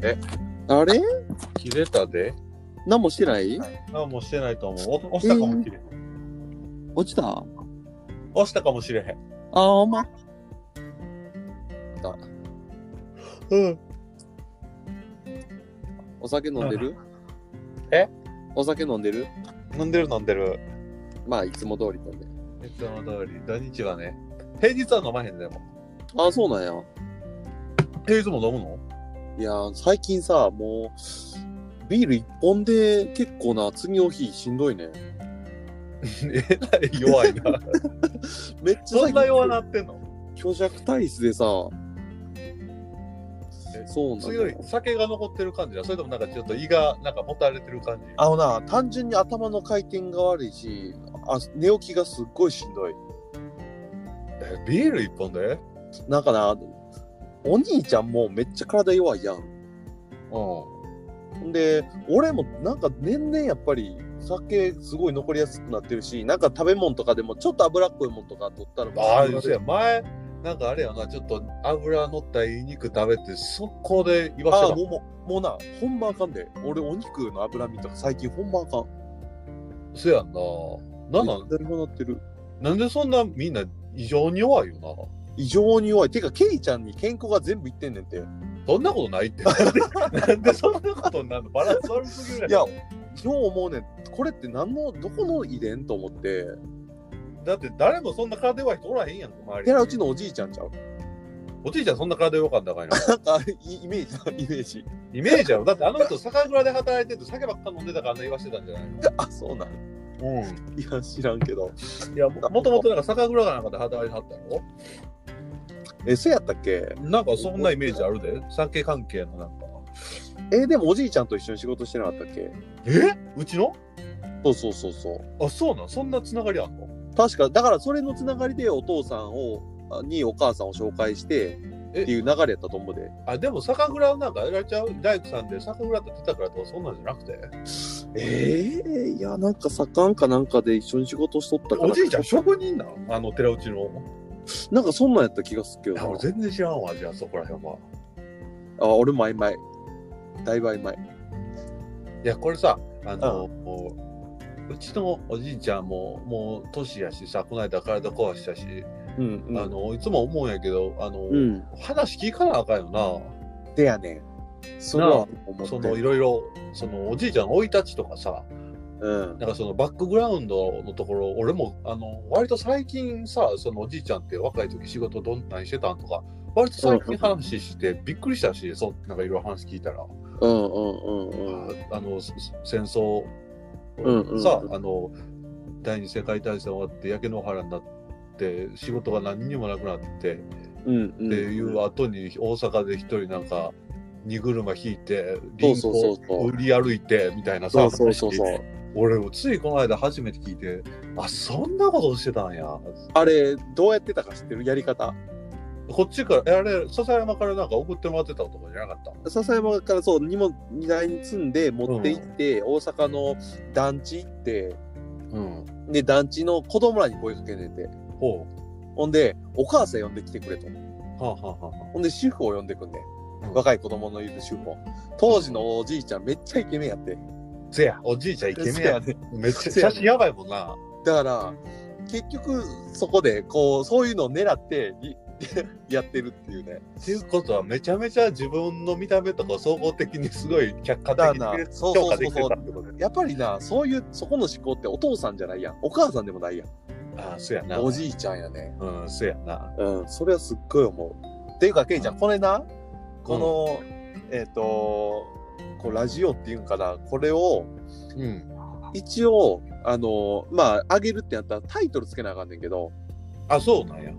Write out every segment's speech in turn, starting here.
で。あれ切れたで。何もしてないあ、もうしてないと思う。お押したかもしれへん。落ちたあ押したかもしれへん。ー、ほんま。うん。お酒飲んでるえお酒飲んでる飲んでる飲んでる。まあ、いつも通りだね。いつも通り、土日はね。平日は飲まへんでも。ああ、そうなんや。平日も飲むの いやー、最近さ、もう、ビール一本で結構な次の日しんどいね。えらい弱いな。めっちゃ そんな弱ななってんの虚弱体質でさ。そうなんだ強いよ。酒が残ってる感じだ。それともなんかちょっと胃がなんかもたれてる感じ。あのな、単純に頭の回転が悪いし、あ寝起きがすっごいしんどい。えビール一本でなんかな、お兄ちゃんもめっちゃ体弱いやん。うんで、俺もなんか年々やっぱり酒すごい残りやすくなってるし、なんか食べ物とかでもちょっと脂っこいもんとか取ったらん。ああ、そうや。前、なんかあれやな、ちょっと油乗ったいい肉食べて、速攻で居場あ所あがもうもうもうなほんまあかんで俺お肉の脂身とか最近ほんまあかんそうやんな。なんなん誰もなってるなんでそんなみんな異常に弱いよ異常に弱いてかケイちゃんに健康が全部いってんねんてな。そんなことないって。なんで なんでそんなことになるのバランス悪すぎるいや今日思うねんこれって何のどこの遺伝と思ってだって誰もそんな体弱い人おらへんやん、周り寺内のおじいちゃんちゃうおじいちゃんそんな体弱かったかいな。なんかイイメージなイメージイメージやろ。だってあの人、酒蔵で働いてて、酒ばっか飲んでたからあんな言わしてたんじゃないのあそうなんういや知らんけどん。いや、ももともとなんか酒蔵かなんかで働いてはったやろえそうやったっけなんかそんなイメージあるで。酒関係のなんか。えでもおじいちゃんと一緒に仕事してなかったっけえうちのそうそうそうそうあ、そうなんそんなつながりあんの確かだからそれのつながりでお父さんをあにお母さんを紹介してっていう流れやったと思うであ、でも酒蔵なんかやられちゃう大工さんで酒蔵って出たからとかそんなんじゃなくて。ええいや、なんか盛んかなんかで一緒に仕事しとったから。おじいちゃん職人なんあの寺内の。なんかそんなんやった気がするけいやど俺な。全然知らんわ、じゃあそこら辺は。あ、俺も曖昧。だいぶ曖昧。いや、これさ、あの、もううちのおじいちゃんも、もう年やしさ、この間体壊したし、うん、うん。あの、いつも思うんやけど、あの、うん。話聞かなあかんよでやねん。それはな。思ってそのいろいろ、そのおじいちゃんの生い立ちとかさ、うん。なんかそのバックグラウンドのところ、俺も、あの、割と最近さ、そのおじいちゃんって若い時仕事どんなにしてたんとか、割と最近話してびっくりしたし、そう、なんかいろいろ話聞いたら、うんうんうんうん。あのす戦争、うんうんさあの第二次世界大戦終わって焼け野原になって仕事が何にもなくなってっうんうてん。いう後に大阪で一人なんか荷車引いてそリうンそうゴそうそう売り歩いてみたいなそさうそうそうそ話う。俺もついこの間初めて聞いてあそんなことしてたんやあれ、どうやってたか知ってるやり方。こっちからえあれ笹山からなんか送ってもらってたとかじゃなかった笹山からそう、荷物、荷台に積んで持って行って、大阪の団地行って、うんで、団地の子供らに声かけてて。ほほんで、お母さん呼んできてくれと。うはあ、はあはあはほんで主婦を呼んでくんね、うん若い子供のいる主婦を。当時のおじいちゃんめっちゃイケメンやって。あ、せやおじいちゃんイケメンやね。めっちゃ写真やばいもんなだから、結局そこで、こう、そういうのを狙ってい やってるっていうね。っていうことはめちゃめちゃ自分の見た目とか総合的にすごい客観だ的からにな、そう評そ価うでそきうてそうた。ってことややっぱりな、そういう、そこの思考ってお父さんじゃないやん。お母さんでもないやん。ああ、そうやな。おじいちゃんやね。うん、そうやな。うん、それはすっごい思う。っていうか、ケイちゃん、これな、この、えっ、と、こうラジオっていうんかな、これを、うん。一応、あのまあ、上げるってやったらタイトルつけなあかんねんけど、あ、そうなんや。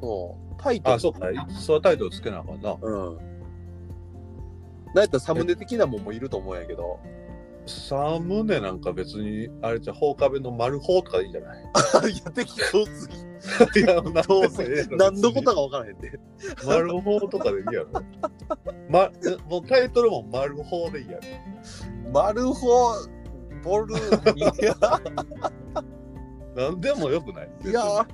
そう、タイトル。あ、そうか。そういうタイトルつけなあかんな。うん。なんやったらサムネ的なもんもいると思うんやけど、サムネなんか別に、あれじゃ、放課部の丸法とかでいいんじゃないいや、適当すぎ。いや、なんどうせ、何のことか。か分からへんって。丸法とかでいいやろ。ま、もうタイトルも丸法でいいやろ。マルホ、ボ ル、いやなんでもよくないいや、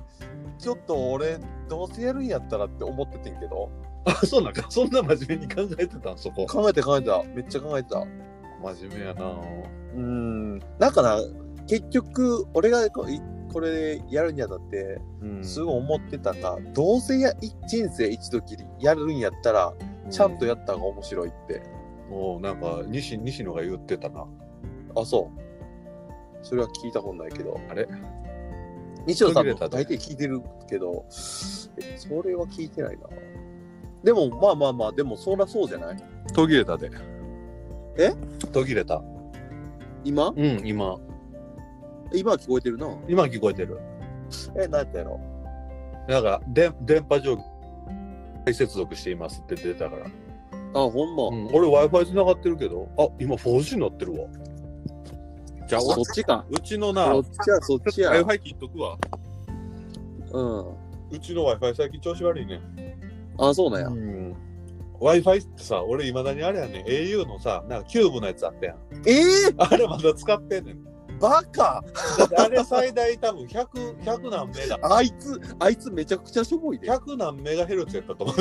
ちょっと俺、どうせやるんやったらって思っててんけどあそうなんかそんな真面目に考えてたんそこ考えて考えてためっちゃ考えてた真面目やなうんだから結局俺がこいこれやるにあたってうんすごい思ってたが、どうせやい人生一度きりやるんやったらちゃんとやった方が面白いって、もうなんか西西野が言ってたなあそうそれは聞いたことないけどあれ西野途さん切のれたね大体聞いてるけど、えそれは聞いてないなでもまあまあまあでもそらそうじゃない途切れたでえ途切れた今うん今今は聞こえてるな今聞こえてるえ何やったやろなんかで電波上再接続していますって出たから、あほんま、うん、俺 w i f i 繋がってるけどあ今 4G になってるわじゃあ、そっちかうちのな、そっちやそっちや Wi-Fi 切っとくわ。うんうちの Wi-Fi 最近調子悪いね。あそうなんや、ん Wi-Fi ってさ、俺いまだにあれやねん、au のさ、なんかキューブのやつあったやん。ええあれまだ使ってんねん。バカあれ最大多分100、100何メガ。あいつあいつめちゃくちゃしょぼいで100何メガヘルツやったと 思う。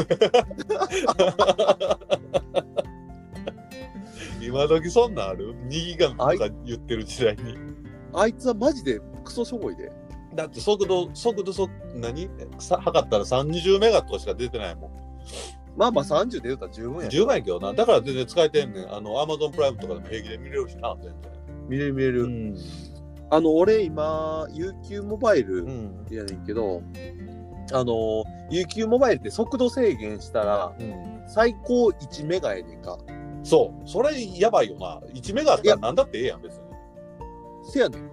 今時そんなんある ?2 ギガとか言ってる時代に。あいつはマジでクソしょぼいでだって速度、速度、速何さ測ったら30メガとかしか出てないもん。まあまあ30で言うたら十分や10万やけどな。だから全然使えてんねん。あの、アマゾンプライムとかでも平気で見れるしな、全見れる見れる、んあの俺今 UQ モバイル然。うん。やねんけど、あの UQ モバイルって速度制限したら最高1メガやねんかそう。それやばいよな。1メガあったら何だってええやん、別に。せやねん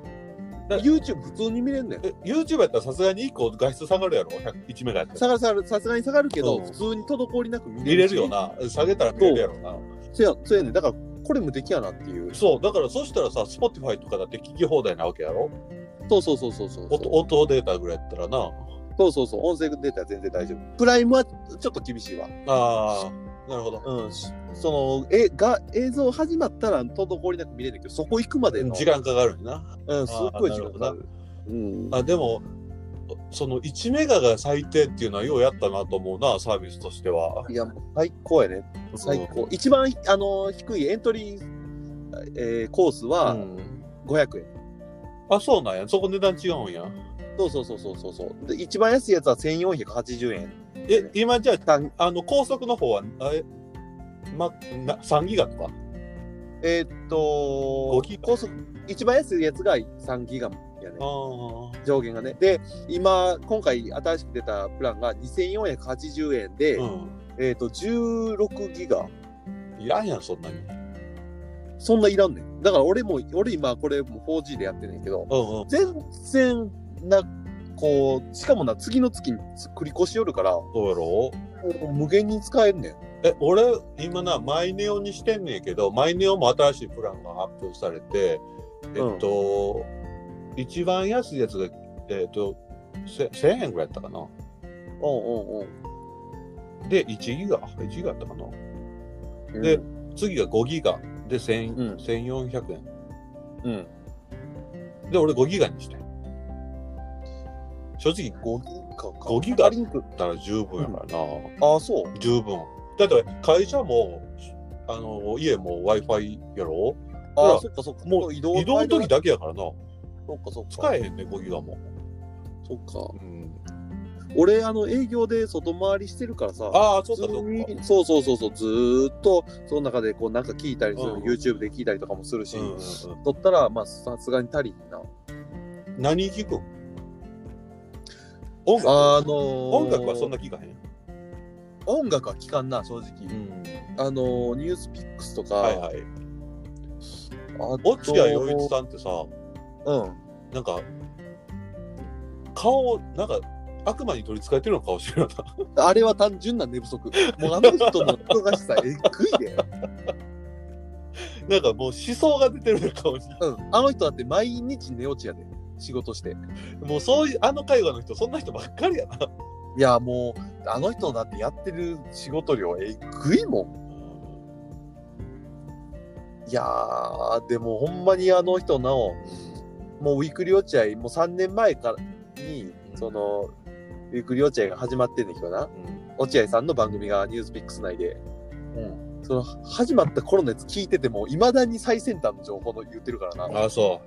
だ YouTube 普通に見れんねんえ YouTube やったらさすがに1個画質下がるやろ、100 1メガやった下ら。がる下がるさすがに下がるけど、うん普通に滞りなく見見れるれしるよな。下げたら見れるやろな。せやせやねんだからこれ無敵やなっていうそう。だからそしたらさ、Spotify とかだって聞き放題なわけやろ。そうそうそうそうそう音音データぐらいやったらな。そうそうそう音声データ全然大丈夫プライムはちょっと厳しいわああ、なるほど。うん、しそのえが映像始まったら滞りなく見れるけどそこ行くまでの時、間かかるんやな。うん、すっごい時間かかるうん、あでもその1メガが最低っていうのはようやったなと思うなサービスとしてはいやもう最高やね最高、一番あの低いエントリー、えーコースあ、うはん、 500円、あそうなんやそこ値段違うんやそうそうそうそうそうそうで一番安いやつは1480円え今じゃ単ああの高速の方はあえ、ま、な3ギガとかえーっと5ギガ高速一番安いやつが3ギガやねあー上限がねで今今回新しく出たプランが2480円で、うんえーっと16ギガいらんやんそんなにそんないらんねん。だから俺も、俺今これもう 4G でやってんねんけど、うんうん全然な、こう、しかもな、次の月に繰り越しよるから、もどうやろうう無限に使えんねん。え俺今なマイネオにしてんねんけどマイネオも新しいプランが発表されてえっと、一番安いやつがえっとせ1000円ぐらいやったかなうんうんで1ギガ1ギガやったかなうん。で次が5ギガでう1000ん1400円。うん。で、俺5ギガにして。正直5ギガか。 5ギガリンクだったら十分やからな。ああ、そう。十分。だって会社も、あの、家も Wi-Fi やろあほあ、らそっかそっか。もう移動移動の時だ。だけやからな。そっかそっか。使えへんね、5ギガも。そっか。うん、俺、あの、営業で外回りしてるからさ、ああ、そう普か通そうにか。そうそうそうそう、ずーっと、その中でこうなんか聞いたりする、うん YouTube で聞いたりとかもするし、うんうん撮ったら、まあ、さすがに足りひんな。うん何聞くん音楽あのー音楽はそんな聞かへん。音楽は聞かんな正直、うん、あのニュースピックスとか、はいはい。あと落合陽一さんってさ、うんなんか、顔、なんか、悪魔に取り憑かれてるのかもしれない。 あれは単純な寝不足もうあの人の忙しさえぐいで、なんかもう思想が出てるのかもしれなうん、あの人だって毎日寝落ちやで仕事してい。もうそういう、あの絵画の人、そんな人ばっかりやな。いやもうあの人だってやってる仕事量えぐいもんいやーでもほんまにあの人のもうウィークリー落合もう3年前からにそのゆっくり落合が始まってんねんけどな。落合さんの番組がニュースピックス内で。うん。その、始まった頃のやつ聞いてても、未だに最先端の情報の言ってるからな。あ、そ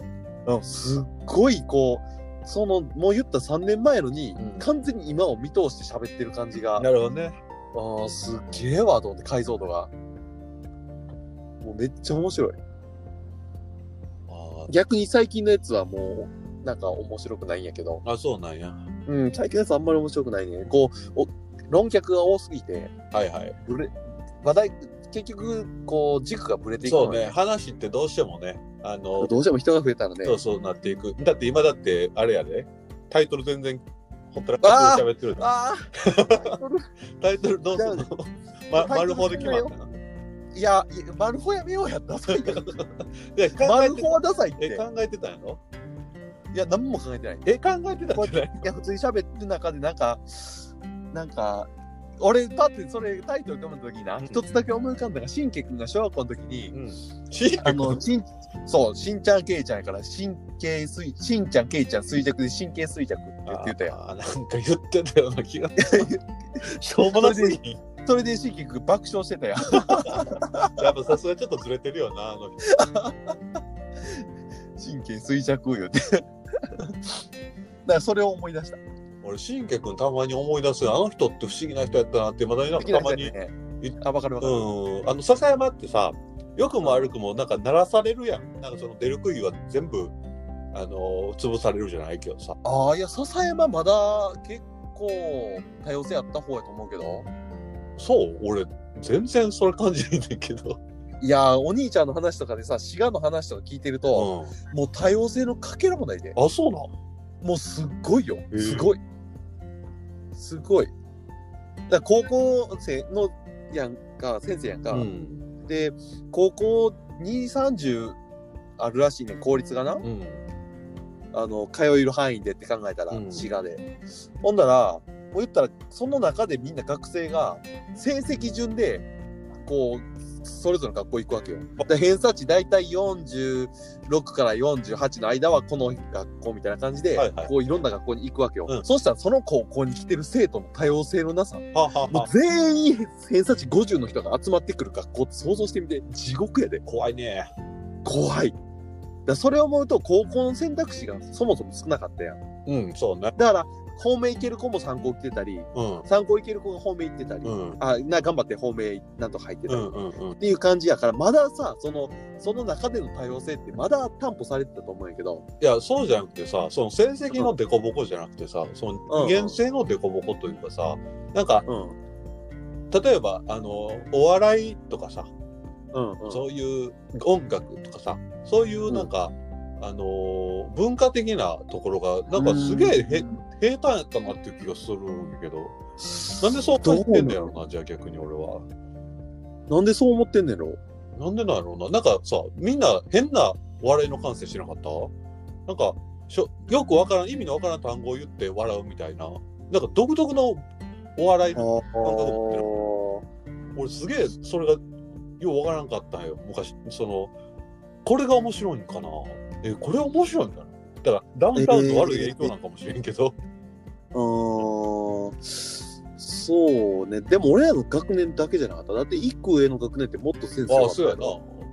うんすっごい、こう、その、もう言った3年前のに、うん完全に今を見通して喋ってる感じがう。、なるほどね。あーすっげえわ、と思って、解像度が。もうめっちゃ面白い。あ逆に最近のやつはもう、なんか面白くないんやけど。ーあ、そうなんや。うん、最近のやつあんまり面白くないね。こう、お論客が多すぎて、はいはい。ブレ、話題、結局、こう、軸がぶれていくそうのね。。話ってどうしてもね、あの、どうしても人が増えたらねそ。うそうなっていく。だって今だって、あれやで、タイトル全然ほったらかしで喋ってるなあタイトルどうすんのじ ま、タイト丸ル法で決まったな。あ、いや、いやマルフォやめようやった。それで考マえルてフォはダサいっえ、て。考えてたんやろいや、何も考えてない。え、考えてたこんうじゃなやっいて、いや、普通に喋ってる中で、なんか、なんか、俺、パってそれタイトル読むときにな、一つだけ思い浮かんだのが、しんけ君が小学校の時に、うん。シーあ の、しん、そう、しんちゃんけいちゃんやから、神経衰、しんちゃんけいちゃん衰弱で神経衰弱って言ってたよ。あーなんか言ってたような気がす るしょうもなすぎんそれでしんけくん爆笑してたよ。やっぱさすがにちょっとずれてるよな、あの人。神経衰弱言うて。 だからそれを思い出した。俺、しんけ君たまに思い出すよあの人って不思議な人やったなって、まだになんかたまに。ねい。あ、わかるわかる。うん。あの、笹山ってさ、良くも悪くもなんか鳴らされるやん。なんかその出る杭は全部、あのー潰されるじゃないけどさ。ああ、いや、笹山まだ結構多様性あった方やと思うけど。そう俺、全然それ感じないんだけど。いやー、お兄ちゃんの話とかでさ、滋賀の話とか聞いてると、うもう多様性のかけらもないで。ん。あ、そうなのもうすっごいよ。えすごい。すごい。だから高校生のやんか、先生やんか。うん。で、高校2、30あるらしいねん、公立がな。うん。あの、通える範囲でって考えたらう、ん滋賀で。ほんだら、もう言ったら、その中でみんな学生が、成績順で、こう、それぞれの学校行くわけよ。で偏差値大体46から48の間はこの学校みたいな感じで、はいはいこういろんな学校に行くわけよ。うんそしたらその高校に来てる生徒の多様性のなさ、もはあはあはう全員偏差値50の人が集まってくる学校って想像してみて、地獄やで。あ怖いね。怖い。だからそれを思うと高校の選択肢がそもそも少なかったやん。うん、そうね。だから、方面行ける子も参考来てたり、うん。参考行ける子が方面行ってたり、うん。あ、な、頑張って方面なんとか入ってたうり、んうんうん。っていう感じやから、まださ、その、その中での多様性ってまだ担保されてたと思うんやけど、いや、そうじゃなくてさ、その成績の凸凹じゃなくてさ、その二元性の凸凹というかさ、なんか、うん、例えば、あの、お笑いとかさ、うん、うん。そういう音楽とかさ、そういうなんか、あのー文化的なところが、なんかすげえへうん平坦やったなっていう気がするんだけど、なんでそう感じてんのやろうな、じゃあ逆に俺は。なんでそう思ってんねんろなんでなんやろうな。なんかさ、みんな変な笑いの感性しなかったなんかしょ、よくわからん、意味のわからん単語を言って笑うみたいな。なんか独特のお笑いあ、あ俺すげえそれがようわからんかったんよ、昔。その、これが面白いんかな。え、これ面白いんだな。だから、ダウンタウンの悪い影響なんかもしれんけど。ー、そうね。でも俺らの学年だけじゃなかった。だって一個上の学年ってもっと先生ああ、そうやな。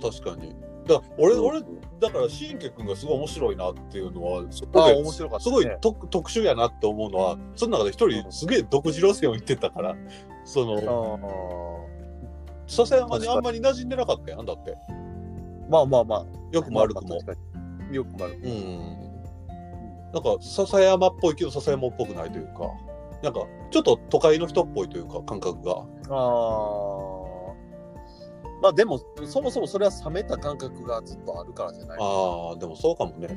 確かに。だから俺、俺、うんだから、しんけ君がすごい面白いなっていうのは、すあごあ、い面白かった、すね。ごい特特殊やなって思うのは、その中で一人すげえ独自路線を行ってたから、その、あ笹山にあんまり馴染んでなかったやん、だって。あ。まあまあまあ。よくも悪くも。確かに。よくも悪くも。うん。なんか、笹山っぽいけど、笹山っぽくないというか、なんか、ちょっと都会の人っぽいというか、感覚が。ああ。まあでも、そもそもそれは冷めた感覚がずっとあるからじゃないああ、でもそうかもね。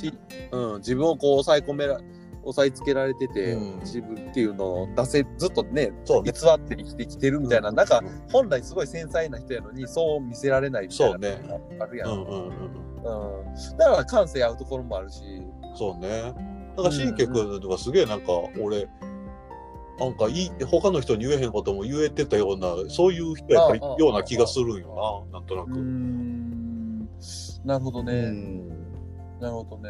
うん、自分をこう抑え込めら、抑えつけられてて、うん自分っていうのを出せ、ずっとね、そう偽ね。って生きてきてるみたいな、なんか、本来すごい繊細な人やのに、そう見せられないみたいな。そうあるや。うんんうんうん。うん。だから感性合うところもあるし、そうね。なんか、新居君とかすげえなんか、俺、なんかいい、他の人に言えへんことも言えてたような、そういう人やったああああような気がするんよな、なんとなうく。ーん。なるほどね。うんなるほどね。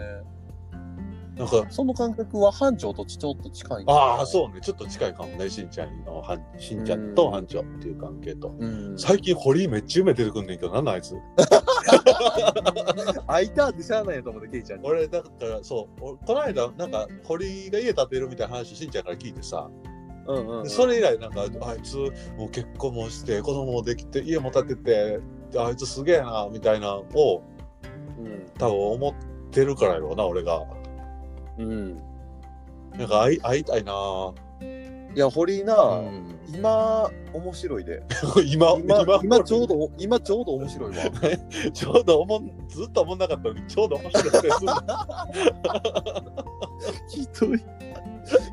なんか、その感覚は班長とちょっと近い。ああ、そうね。ちょっと近いかもね。しんちゃんの班、しんちゃんと班長っていう関係と。うん。最近、堀井めっちゃ夢出てくんねんけど、なんなんあいつ。開いたってしゃあないやと思って、ケイちゃんに。俺、だから、そう。俺この間、なんか、堀井が家建てるみたいな話、しんちゃんから聞いてさ。うんうん、うん。でそれ以来、なんか、あいつ、もう結婚もして、子供もできて、家も建てて、あいつすげえな、みたいなのを、うん。多分思ってるからやろうな、俺が。うん。なんか、会い会いたいな。いや、堀井な、うん今、面白いで。今、今、今今ちょうど、今ちょうど面白いわ。 ちょうどおもんずっと思んなかったのに ちょうど面白くてすんのひどい。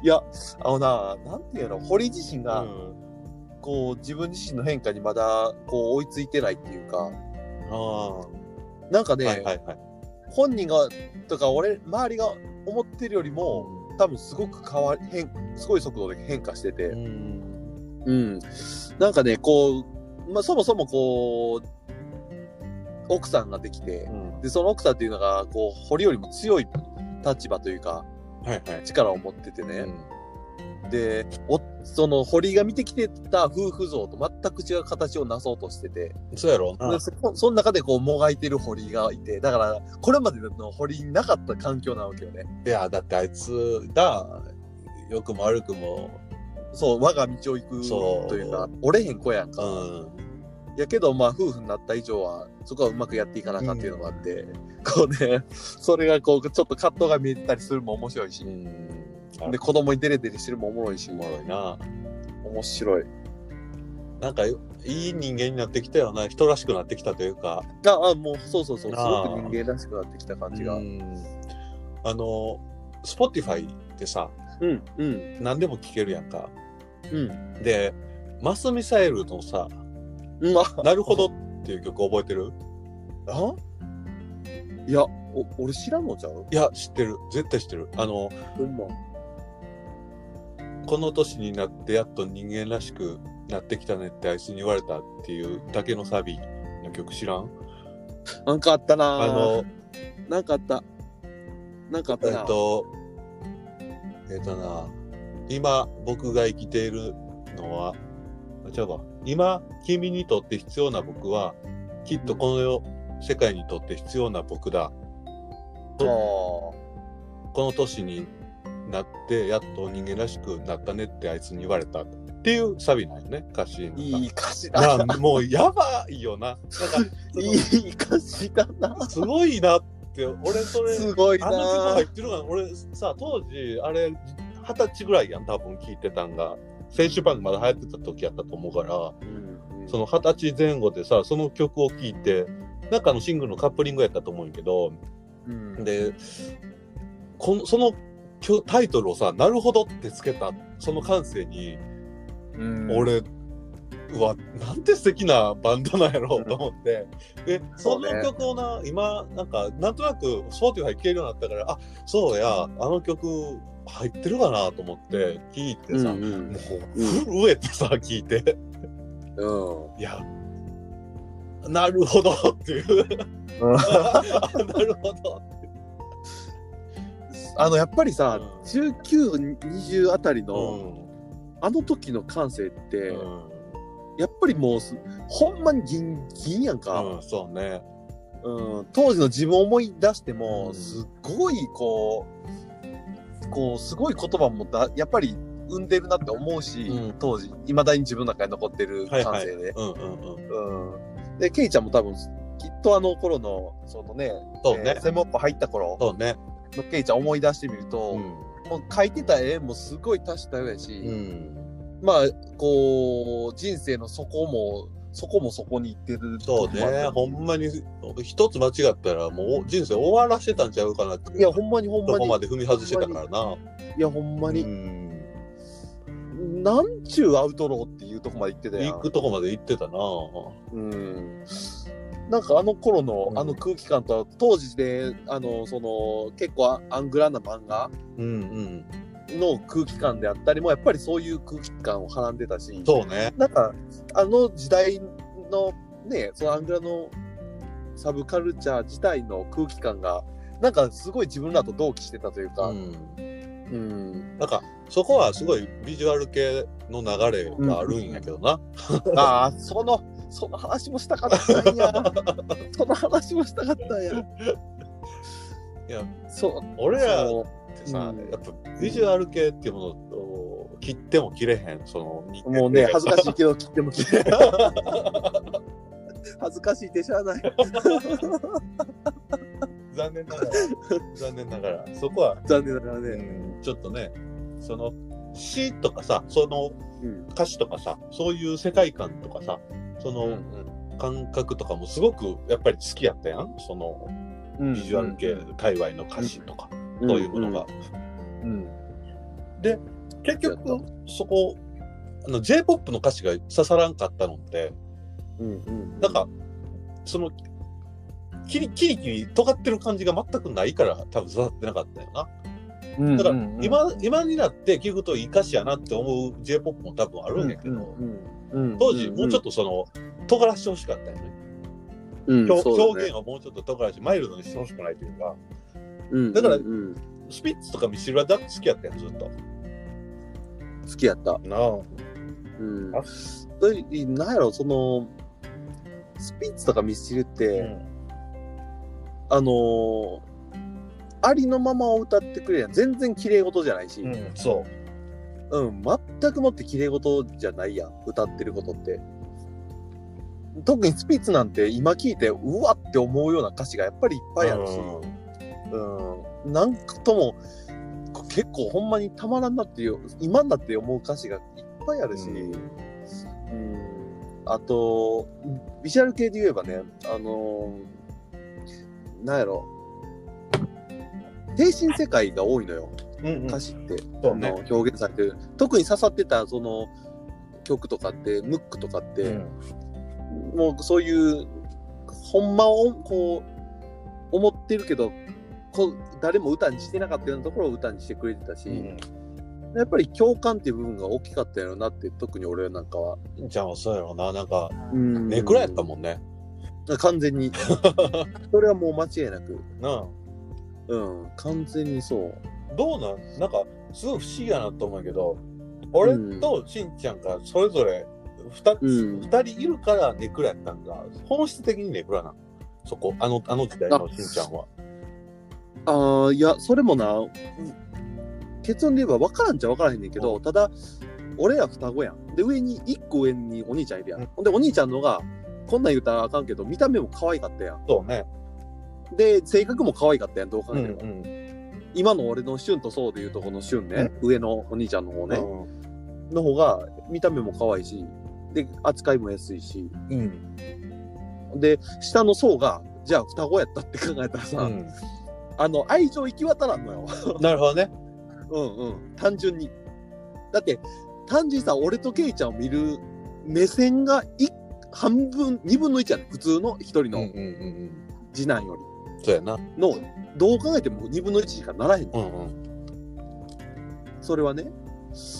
いや、あのな、なんていうの、堀井自身が、うんこう、自分自身の変化にまだ、こう、追いついてないっていうか、ああ、はなんかね、いはいはい。本人が、とか、俺、周りが思ってるよりも、多分すごく変わり、変、すごい速度で変化してて、うんうん、なんかねこう、まあ、そもそもこう奥さんができてでその奥さんっていうのがこう堀よりも強い立場というかはいはい。力を持っててね、うんでおその堀が見てきてた夫婦像と全く違う形をなそうとしててそうやろうでな。そこその中でこうもがいてる堀がいてだからこれまでの堀になかった環境なわけよねいや、だってあいつが、良くも悪くも、そう我が道を行そうくというか折れへん子やんか、うん。やけど、まあ、夫婦になった以上は、そこはうまくやっていかなあかんっていうのがあって、 こうね、それがこう、ちょっと葛藤が見えてたりするのも面白いしう、ん。で、子供にデレデレしてるのもおもろいし、おもろいな。面白い。なんか、いい人間になってきたよな。人らしくなってきたというか。あ、あもう、そうそうそう、すあごーく人間らしくなってきた感じが。ううん、んあの、スポティファイってさ、うん、うん、何でも聞けるやんか。うん。で、マスミサイルのさ、うん、あ、なるほどっていう曲覚えてるあいや、お俺知らんのちゃういや、知ってる。絶対知ってる。あの、ほんま。この年になってやっと人間らしくなってきたねってあいつに言われたっていうだけのサビの曲知らんなんかあったなああの、なんかあった。なんかあっえたなっと、えっとな、今僕が生きているのは、あちゃうわ。今君にとって必要な僕は、きっとこの世、世界にとって必要な僕だ。あーこの年になってやっと人間らしくなったねってあいつに言われたっていうサビなんよね、歌詞の中いい歌詞だ。なもうやばいよな。なんか いい歌詞だな。すごいなって、俺それ、すごいなあの曲入ってるのが、俺さ、当時、あれ、二十歳ぐらいやん、多分聞いてたんが。選手番組まだ流行ってた時やったと思うから、その二十歳前後でさ、その曲を聴いて、中のシングルのカップリングやったと思うんやけど、うん、で、この、その曲タイトルをさ、なるほどってつけた、その感性に、うん、俺はなんて素敵なバンドなんやろうと思って、でそそうねの曲をな、今なんかなんとなくスポーティファイ聴けるようになったからあそうやあの曲入ってるかなと思って聴いてさ、うんうんもう震えてさ聴いてうん、いやなるほどっていう あなるほどあのやっぱりさ、うん1920あたりの、うあの時の感性って、んうんやっぱりもうすほんまにギンギンやんか、うんそうねうん当時の自分を思い出しても、うんすっごいこうこうすごい言葉もだやっぱり生んでるなって思うし、うん当時いまだに自分の中に残ってるはい感はい性で、うんうんうんうん、でケイちゃんも多分きっとあの頃のそのねそうねえー専門家入った頃そうねのケイちゃん思い出してみると、もう描いてた絵もすごい多種多様やし、うんまあこう人生の底もそこもそこに行ってるそうとこもあね、ってほんまに一つ間違ったらもう人生終わらしてたんちゃうかなっていういやほんまにほんどまこにまで踏み外してたからな。いやほんまうに、ん。なんちゅうアウトローっていうとこまで行ってたや行んく、とこまで行ってたな。うん、なんかあの頃のうんあの空気感とは当時であのその結構アングラな漫画うんの空気感であったりもやっぱりそういう空気感をはらんでたしうん。そうね。なんかあの時代のねそのアングラのサブカルチャー自体の空気感がなんかすごい自分らと同期してたというか、うん、うん、なんかそこはすごいビジュアル系の流れがあるんやけどな、ああそのその話もしたかったん やその話もしたかったんやいやそう俺らっそうてさ、うんやっぱビジュアル系っていうものを切っても切れへんその人間もうね、恥ずかしいけど切っても切れない。 恥ずかしいでしゃあない。 残念な がら残念ながらそこは、残念ながらうね。ん、ちょっとねその詩とかさそのうん。歌詞とかさそういう世界観とかさその感覚とかもすごくやっぱり好きやったやんそのうんビジュアル系界隈の歌詞とか、うんそういうものが、うん。結局そこあの j p o p の歌詞が刺さらんかったのってうん。うん。なんかそのキリキリキリ尖ってる感じが全くないから多分刺さってなかったよなうん、だからうん、今今になって聞くといい歌詞やなって思う j p o p も多分あるんやけど、うん、当時もうちょっとその、尖らしてほしかったよねうん、表そうだね表現をもうちょっと尖らしてマイルドにしてほしくないというかうんだからうんうんスピッツとかミシルはだ好きやったやんずっと好きやった。なあうんあ。で、なんやろ、その、スピッツとかミスチルって、あのーありのままを歌ってくれりゃ全然綺麗事じゃないし、うん、そうん、全くもって綺麗事じゃないやん、歌ってることって。特にスピッツなんて今聞いて、うわって思うような歌詞がやっぱりいっうぱいあるし、うん、なんとも、こ結構ほんまにたまらんなっていう、今になって思う歌詞がいっぱいあるし、ううんん、あと、ビジュアル系で言えばね、あのーなんやろ、精神世界が多いのよ。うん歌詞って、そうねあの表現されてる特に刺さってたその曲とかってムックとかって、もうそういうほんまをこう思ってるけどこう誰も歌にしてなかったようなところを歌にしてくれてたし、やっぱり共感っていう部分が大きかったやろうなって特に俺なんかは。うん、じゃあそうやろうななんかうんネクラやったもんね、完全にそれはもう間違いなくなあうん完全にそうどうなんなんかすごい不思議やなと思うけど俺としんちゃんがそれぞれ2つ、うん二人いるからネクラやったんだ本質的にネクラなのそこあのあの時代のしんちゃんはああいやそれもな結論で言えば分からんちゃ分からへんねんけど、ただ俺ら双子やんで上に1個上にお兄ちゃんいるやん、うんほんでお兄ちゃんのがこんなん言うたらあかんけど見た目も可愛かったやんそうねで性格も可愛かったやんどう考えても、ん今の俺の旬とそうでいうとこの旬ね、上のお兄ちゃんの方ね、の方が見た目も可愛いしで扱いも安いしうんで下の層がじゃあ双子やったって考えたらさ、うんあの愛情行き渡らんのよなるほどねうんうん、単純に。だって、単純にさ、俺とケイちゃんを見る目線がい半分、二分の一やね普通の一人うんうんのうん次男より。うんそうやなの、どう考えても二分の一しかならへんの、うんうんそれはね。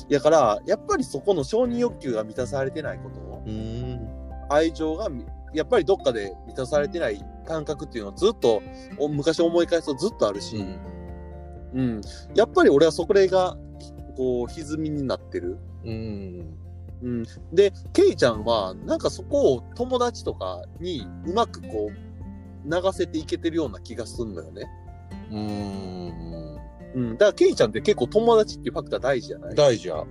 やから、やっぱりそこの承認欲求が満たされてないこと、うん愛情がみやっぱりどっかで満たされてない感覚っていうのはずっと、お昔思い返すとずっとあるし、うん。やっぱり俺はそこが、こう、歪みになってる。うんうん、でケイちゃんはなんかそこを友達とかにうまくこう流せていけてるような気がするのよね、うんうん、だからケイちゃんって結構友達っていうファクター大事じゃない大事やや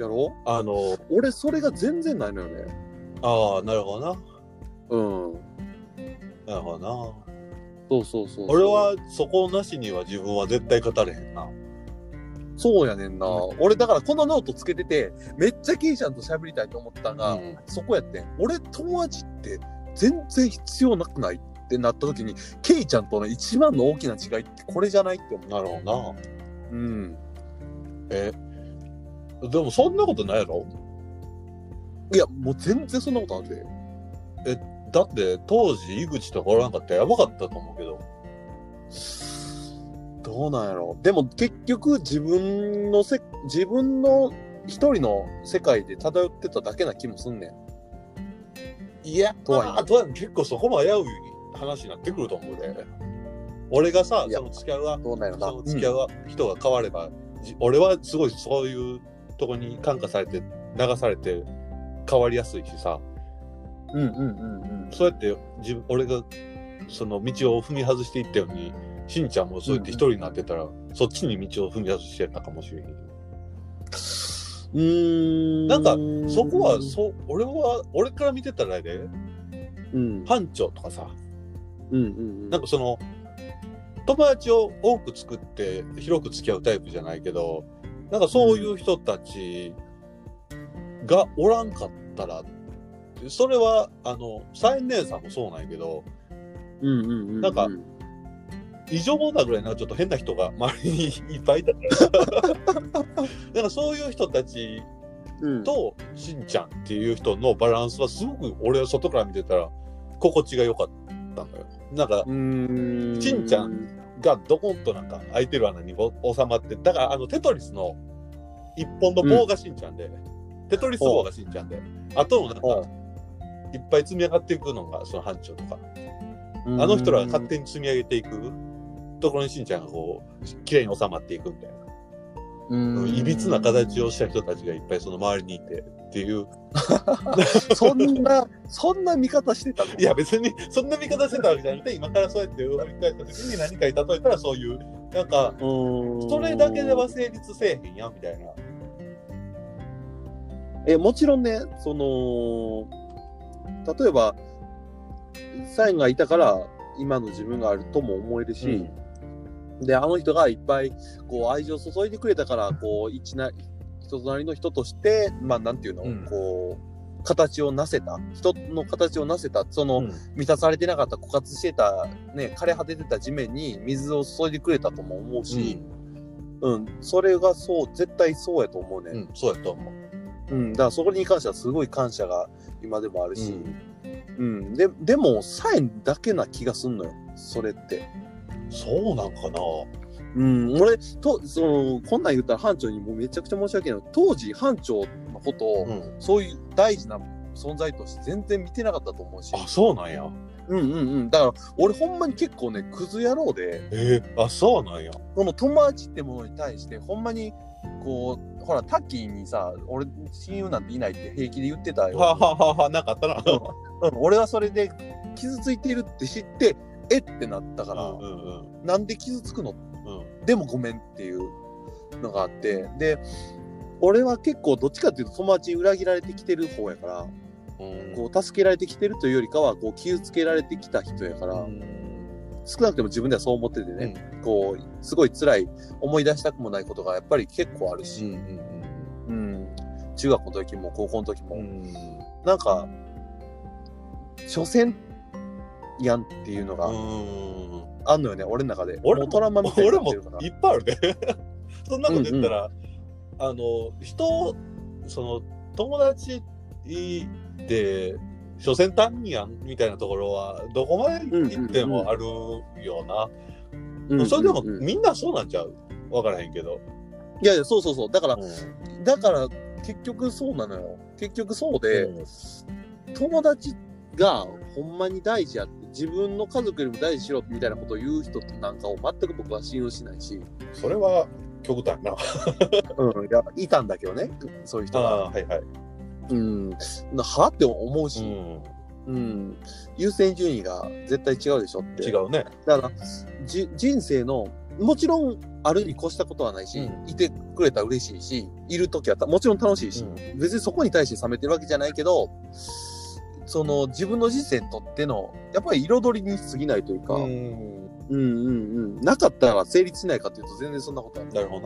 ろあの俺それが全然ないのよねああなるほどなうんなるほどなそうそうそうそう俺はそこなしには自分は絶対語れへんなそうやねんな、う俺だからこのノートつけててめっちゃケイちゃんと喋りたいと思ったが、うんそこやってん俺友達って全然必要なくないってなった時にケイちゃんとの一番の大きな違いってこれじゃないって思なるほどなううんえでもそんなことないやろいや、もう全然そんなことあるで。だって当時井口とかおらんかったらやばかったと思うけどどうなんやろでも結局自分のせ、自分の一人の世界で漂ってただけな気もすんねん。いやとはいえとはいえ結構そこも危うい話になってくると思うで俺がさいやその付き合うわどうなんやろなその付き合うわ人が変われば、じ俺はすごいそういうとこに感化されて流されて変わりやすいしさうんうんうんうんそうやって自分俺がその道を踏み外していったようにしんちゃんもそうやって一人になってたら、そっちに道を踏み外してたかもしれへんうーんなんかそこはそう俺は俺から見てたらやでうん班長とかさうんうんなんかその友達を多く作って広く付き合うタイプじゃないけどなんかそういう人たちがおらんかったらそれはあの最年さんもそうなんやけどうんうんうんうんなんか異常なぐらいなんかちょっと変な人が周りにいっぱいいたからなんかそういう人たちうんとしんちゃんっていう人のバランスはすごく俺は外から見てたら心地が良かったのよなんかうーんしんちゃんがドコンとなんか空いてる穴にぼ収まってだからあのテトリスの一本の棒がしんちゃんで、テトリス棒がしんちゃんであとのなんおうかいっぱい積み上がっていくのがその班長とかああの人らが勝手に積み上げていくところにしんちゃんがこう綺麗に収まっていくみたいなにいびつな形をした人たちがいっぱいその周りにいてっていうそんなそんな見方してたのいや別にそんな見方してたわけじゃなくて今からそうやって振り返った時に何かに例えたらそういうなんかうーんそれだけでは成立せえへんやんみたいな。えもちろんねその例えばサインがいたから今の自分があるとも思えるし、であの人がいっぱいこう愛情を注いでくれたからこう一な人となりの人としてまあなんていうの、うんこう形をなせた人の形をなせたその、うん満たされてなかった枯渇してた、ね、枯れ果ててた地面に水を注いでくれたとも思うし、うんそれがそう絶対そうやと思うね、うん、そうやと思う。うん、だからそこに関してはすごい感謝が今でもあるし、うんででもサインだけな気がすんのよそれって、そうなんかな。うん、俺とそのこんなん言ったら班長にもうめちゃくちゃ申し訳ない当時班長のことを、ん、そういう大事な存在として全然見てなかったと思うしあ、そうなんや。うんうんうんだから俺ほんまに結構ねクズ野郎でえー、あ、そうなんや。この友達ってものに対してほんまにこうほらタッキーにさ俺親友なんていないって平気で言ってたよ、はははは、なかったな。うん俺はそれで傷ついてるって知ってえってなったから、うんうんなんで傷つくのうん。でもごめんっていうのがあってで俺は結構どっちかっていうと友達に裏切られてきてる方やからうんこう助けられてきてるというよりかはこう傷つけられてきた人やから、少なくても自分ではそう思っててね、こうすごい辛い思い出したくもないことがやっぱり結構あるし、うん、中学の時も高校の時も、なんか所詮やんっていうのがあんのよね、俺の中で俺ももうトラウマみたいに俺なっもてるからいっぱいあるね。 そんなこと言ったら、あの、人、その、友達で、所詮担任やんみたいなところは、どこまで行ってもあるような。うんそれでもうんうんみんなそうなんちゃうわからへんけど。いやいやそうそうそうだから、だから結局そうなのよ結局そうで、うん友達がほんまに大事やって自分の家族よりも大事にしろみたいなことを言う人なんかを全く僕は信用しないし、それは極端な。うん、いやいたんだけどねそういう人が。はいはい。うん、なはって思うし、うん優先順位が絶対違うでしょって違うね。だからじ人生のもちろんあるに越したことはないし、ういてくれたら嬉しいしいる時はたもちろん楽しいし、別にそこに対して冷めてるわけじゃないけどその自分の人生にとってのやっぱり彩りに過ぎないというか、うん、うんうんなかったら成立しないかというと全然そんなことはな、ないるほう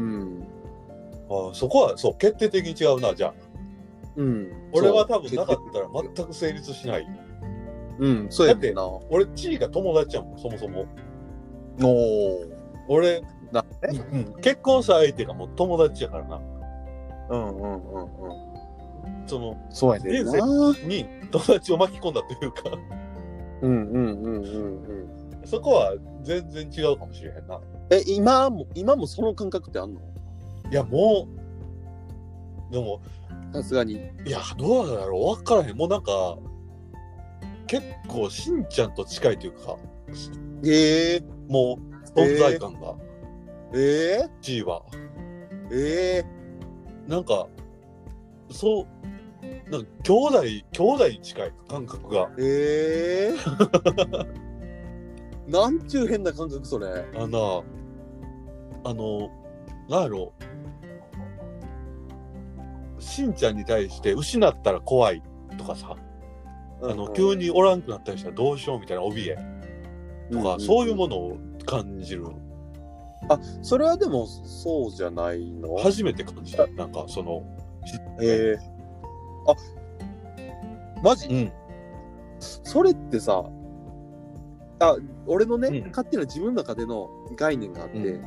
んどな。あそこはそう決定的に違うなじゃあ。うん、俺は多分そうなかったら全く成立しない。うんそうやってんなお俺地位が友達やもんそもそも。お俺、なねうん結婚した相手がもう友達やからな。うんうんうんうん。そのそうやで人な。生に友達を巻き込んだというか、 うんうんうんうんうん。そこは全然違うかもしれへんな。え、今も、今もその感覚ってあんのいやもうでもさすがに。いや、どうだろう分からへん。もうなんか、結構、しんちゃんと近いというか、ええもう存在感が、ええ G は。ええなんか、そう、なんか兄弟、兄弟に近い感覚が。ええ なんちゅう変な感覚それ。あの、あの、なんやろしんちゃんに対して失ったら怖いとかさ、あの、急におらんくなったりしたらどうしようみたいな怯えとか、そういうもの。のを感じる。それはでもそうじゃないの初めて感じた。なんか、その、ええあマジうん。それってさあ俺のね、うん勝手な自分の中での概念があって、う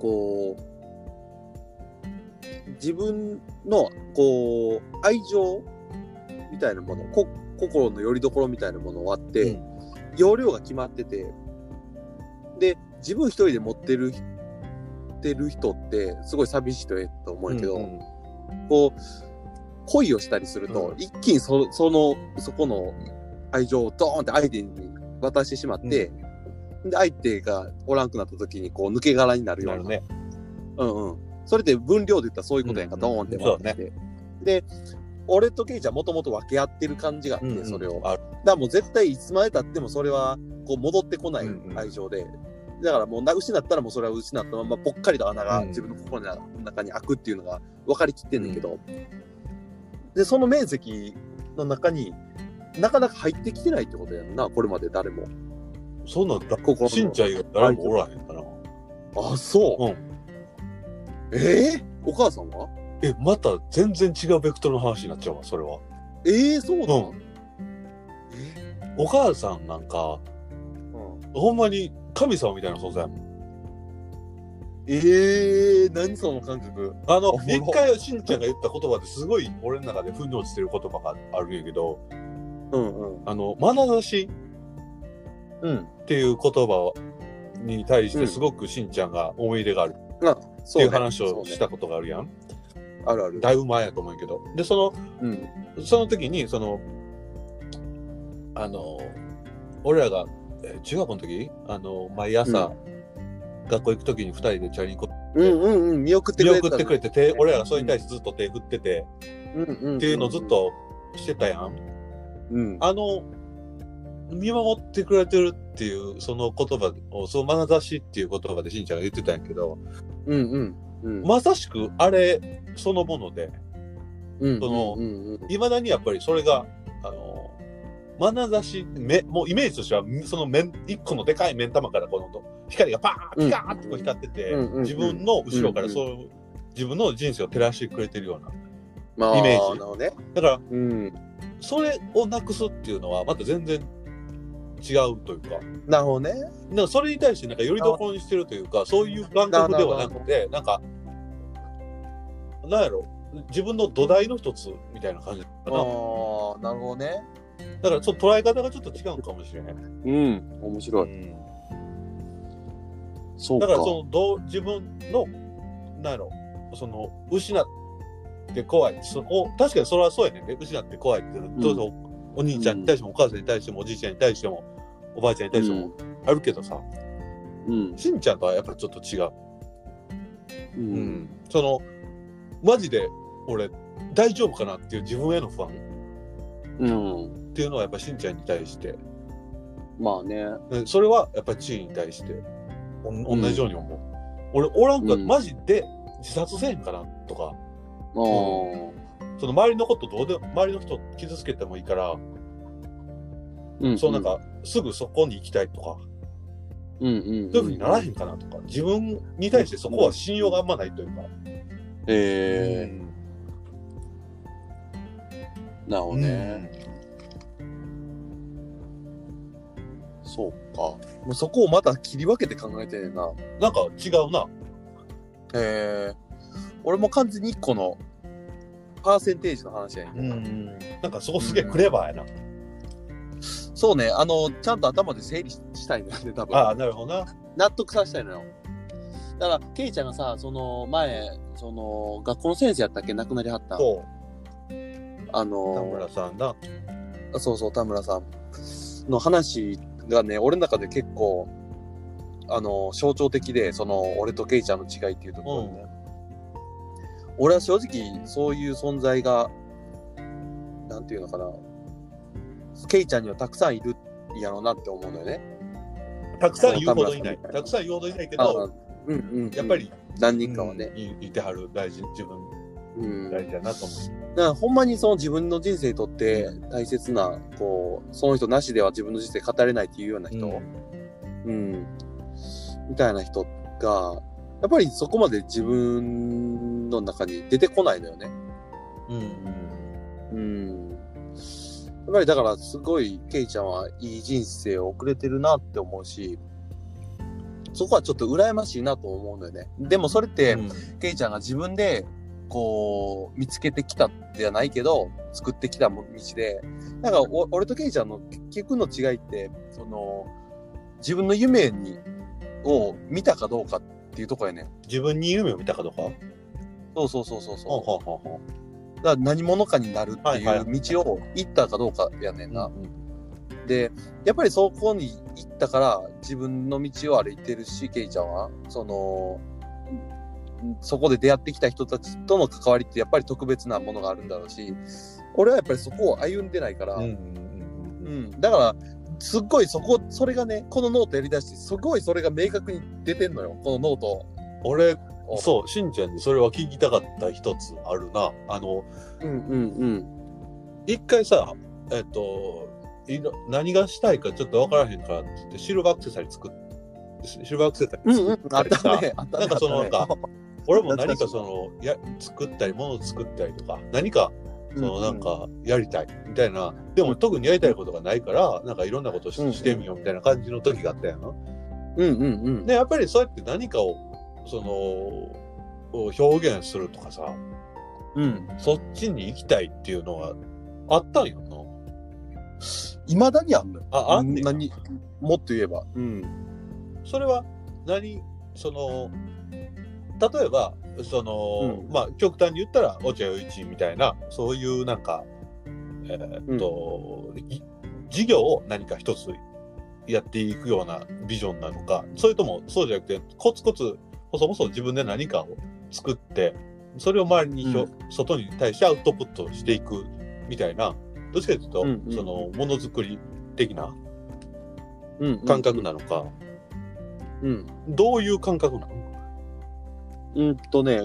こう自分のこう愛情みたいなものこ心の拠り所みたいなものはあって、う容量が決まっててで自分一人で持ってるってる人ってすごい寂しいとえと思うんやけど、うんこう、恋をしたりすると、うん一気にそその、そこの愛情をドーンって相手に渡してしまって、で、相手がおらんくなった時に、こう、抜け殻になるよなうるな。ね。うんうん。それって分量で言ったらそういうことやんか、うんうんドーンって渡って。で、俺とケイちゃんもともと分け合ってる感じがあって、うんうんそれを。あるだからもう絶対いつまでたってもそれはこう戻ってこないうんうん愛情で、だからもうな失ったらもうそれは失ったままぽっかりと穴が自分の心の中に開くっていうのが分かりきってんだけど、でその面積の中になかなか入ってきてないってことやんなこれまで誰もそんなんだ、心のしんちゃん以外誰もおらへんかな。あそう、うんええお母さんはえ、また全然違うベクトルの話になっちゃうわ、それは。ええそうなの、お母さんなんか、うんほんまに神様みたいな存在やもん。ええ何その感覚あのおもろ、一回しんちゃんが言った言葉ですごい俺の中で腑に落ちてる言葉があるんやけど、うんうんあの、眼差しうんっていう言葉に対してすごくしんちゃんが思い入れがあるっあてそういねう話をそうしねたことがあるやん。あるあるだいぶ前やと思うんやけど。で、その、うんその時にそのあの俺らがえー中学校の時あの毎朝、学校行く時に二人でチャリンコうんうんうん見送って見くれた送ってくれて手俺らがそれに対してずっと手振ってて、っっていうのずっ、としてたやん、うん、あの見守ってくれてるっていうその言葉をその眼差しっていう言葉でしんちゃんが言ってたんやけどうんうんうんまさしくあれそのものでうんそのうんうんいまだにやっぱりそれがあの眼差し目もうイメージとしてはその面一個のでかい目ん玉からこの光がパーンピカーンってこう光ってて、うんうん自分の後ろからうんそう、自分の人生を照らしてくれてるようなまあイメージなるほどねだからうんそれをなくすっていうのはまた全然違うというかなるほどねなんかそれに対してなんかよりどころにしてるというかそういう感覚ではなくてなんかなんやろ自分の土台の一つみたいな感じかああなーなるほどねだからちょっと捉え方がちょっと違うのかもしれない。うん面白ういんそうだからそのどう自分のなんやろその失って怖いそこ確かにそれはそうやねんね失って怖いってどうぞ、お兄ちゃんに対してもお母さんに対してもおじいちゃんに対してもおばあちゃんに対してもあるけどさ、うんしんちゃんとはやっぱりちょっと違う、ううんそのマジで俺大丈夫かなっていう自分への不安うんっていうのはやっぱしんちゃんに対してまあねうんそれはやっぱり地位に対しておん同じように思う、俺おらんか、うんマジで自殺せえへんかなとかあーその周りのことどうで周りの人傷つけてもいいから、うんそうなんかすぐそこに行きたいとか、うんうんそういうふうにならへんかなとか、自分に対してそこは信用があんまないというか。ええなるほうどんねそうかもうそこをまた切り分けて考えてんねんななんか違うな。ええ俺も完全に1個のパーセンテージの話やねんなんかそこすげえクレバーやな。そうね、あの、ちゃんと頭で整理ししたいのよね、多あ分。あ、なるほどな。納得させたいのよ。だから、ケイちゃんがさ、その、前、その、学校の先生やったっけ亡くなりはった。そあう、田の、村さんな。そうそう、田村さんの話がね、俺の中で結構、あの、象徴的で、その、俺とケイちゃんの違いっていうところでね。俺は正直、そういう存在が、なんていうのかな、ケイちゃんにはたくさんいるやろうなって思うのよね。たくさん言うほどいない。たくさん言うほどいないけあど、うんうん、やっぱり、何人かはね。うんいいてはる、大事、自分うん大事だなと思だからほんまにその自分の人生にとって大切な、こう、その人なしでは自分の人生語れないっていうような人、う。うん、みたいな人が、やっぱりそこまで自分の中に出てこないのよね。うん。うん。うん。やっぱりだからすごい、ケイちゃんはいい人生を送れてるなって思うし、そこはちょっと羨ましいなと思うのよね。でもそれって、うんケイちゃんが自分で、こう、見つけてきたではないけど、作ってきたも道で、なんかお、俺とケイちゃんの結局の違いって、その、自分の夢に、を見たかどうかっていうとこやね。自分に夢を見たかどうか。そうそうそうそほうんそほんほんほんう。だから何者かになるっていはいはう道を行ったかどうかやねんな。うんで、やっぱりそこに行ったから自分の道を歩いてるし、ケイちゃんは、その、そこで出会ってきた人たちとの関わりってやっぱり特別なものがあるんだろうし、俺はやっぱりそこを歩んでないから、ううんん。うんうんだから、すっごいそこ、それがね、このノートやりだして、すごいそれが明確に出てんのよ、このノート。俺お、そう、しんちゃんにそれは聞きたかった一つあるな。あの、うんうんうん。一回さ、えっと、いろ何がしたいかちょっと分からへんからって言って、シルバーアクセサリー作っ、シシルバーアクセサリうーんう作ん、あったね、あったなね。んかそのあ ったね、俺も何かその、や、作ったり、物を作ったりとか、何か、そのなんかやりたいみたいな、でも特にやりたいことがないから、なんかいろんなことし,、うんてみようみたいな感じの時があったやん。うんうんうん。で、やっぱりそうやって何かを、その、を表現するとかさ、うん。そっちに行きたいっていうのがあったんよな。いまだにあんのよ。あ、あんねんな何、もっと言えば。うん。それは何、その、例えば、その、うんまあ、極端に言ったら、落合陽一みたいな、そういうなんか、えーっと、い事業を何か一つやっていくようなビジョンなのか、それともそうじゃなくて、コツコツ、細々自分で何かを作って、それを周りにひょ、う外に対してアウトプットしていくみたいな、どっちかというと、うんうんうんその、ものづくり的なうん感覚なのか、うん。どういう感覚なのうんとね、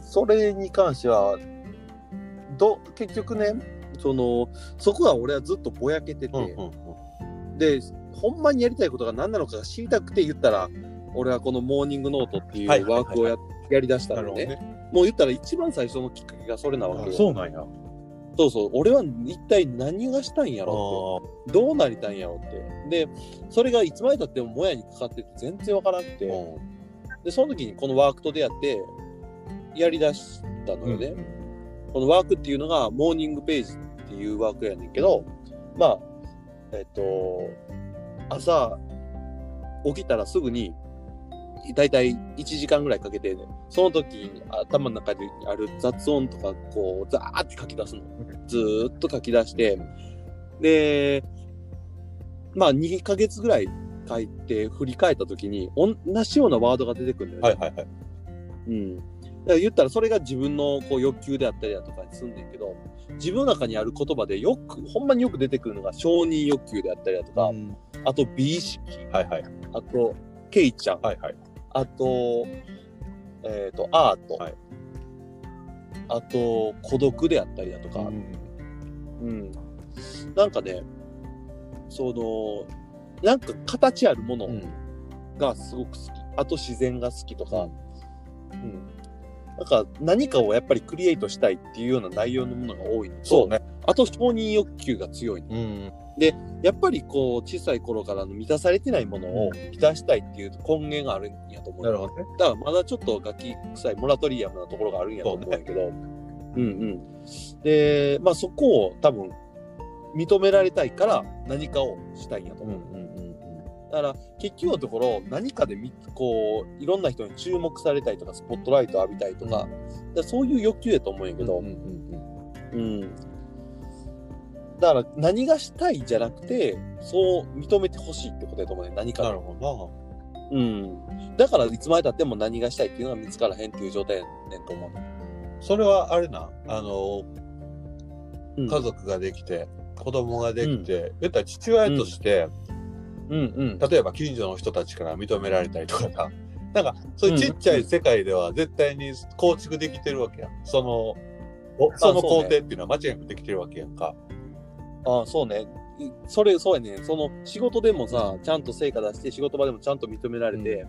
それに関しては、ど、結局ね、その、そこは俺はずっとぼやけてて、うんうんうんで、ほんまにやりたいことが何なのかが知りたくて言ったら、俺はこのモーニングノートっていはいはういはいワークをや,、やりだしたのねね。もう言ったら一番最初のきっかけがそれなわけよ。そうなんや。あそうそう、俺は一体何がしたいんやあろって、どうなりたいんやろって。で、それがいつまでたってももやにかかってて全然わからなくて、ー。で、その時にこのワークと出会って、やりだしたのうよんね。このワークっていうのが、モーニングページっていうワークやねんけど、まあ、えっと、朝起きたらすぐに、だいたい1時間ぐらいかけて、その時頭の中にある雑音とか、こう、ザーって書き出すの。ずーっと書き出して、で、まあ2ヶ月ぐらい書いて振り返った時に、同じようなワードが出てくるんだよね。はいはいはい。うん。だから言ったらそれが自分のこう欲求であったりだとかにすんねんけど、自分の中にある言葉でよく、ほんまによく出てくるのが承認欲求であったりだとか、うんあと美意識、はいはいあとケイちゃん、はいはい。あと、えっ、と、アート、はいあと孤独であったりだとか、うん。なんかね、その、なんか形あるものがすごく好き。あと自然が好きとか、うん。なんか何かをやっぱりクリエイトしたいっていうような内容のものが多いのと、そうね。あと承認欲求が強いの。うん。やっぱりこう小さい頃からの満たされてないものを満たしたいっていう根源があるんやと思う。なるほどね。だからまだちょっとガキ臭いモラトリアムなところがあるんやと思うんやけど、うんうん。で、まあそこを多分認められたいから何かをしたいんやとうん思う。うんうんだから結局のところ何かでみこういろんな人に注目されたいとかスポットライト浴びたいとか,、そういう欲求やと思うんやけうん。ど、うんうんうんうんだから何がしたいじゃなくて、そう認めてほしいってことやと思うね、何かなのるほうん。だからいつまでたっても何がしたいっていうのが見つからへんっていう状態やねんと思うね。どな。それはあれな、あの、うん家族ができて、子供ができて、言ったら父親として、うんうん。例えば近所の人たちから認められたりとかさ、なんか、そういうちっちゃい世界では絶対に構築できてるわけや。その、おそのそうね工程っていうのは間違いなくできてるわけやんか。ああ、そうね。いそれ、そうやね。その仕事でもさ、ちゃんと成果出して、仕事場でもちゃんと認められて、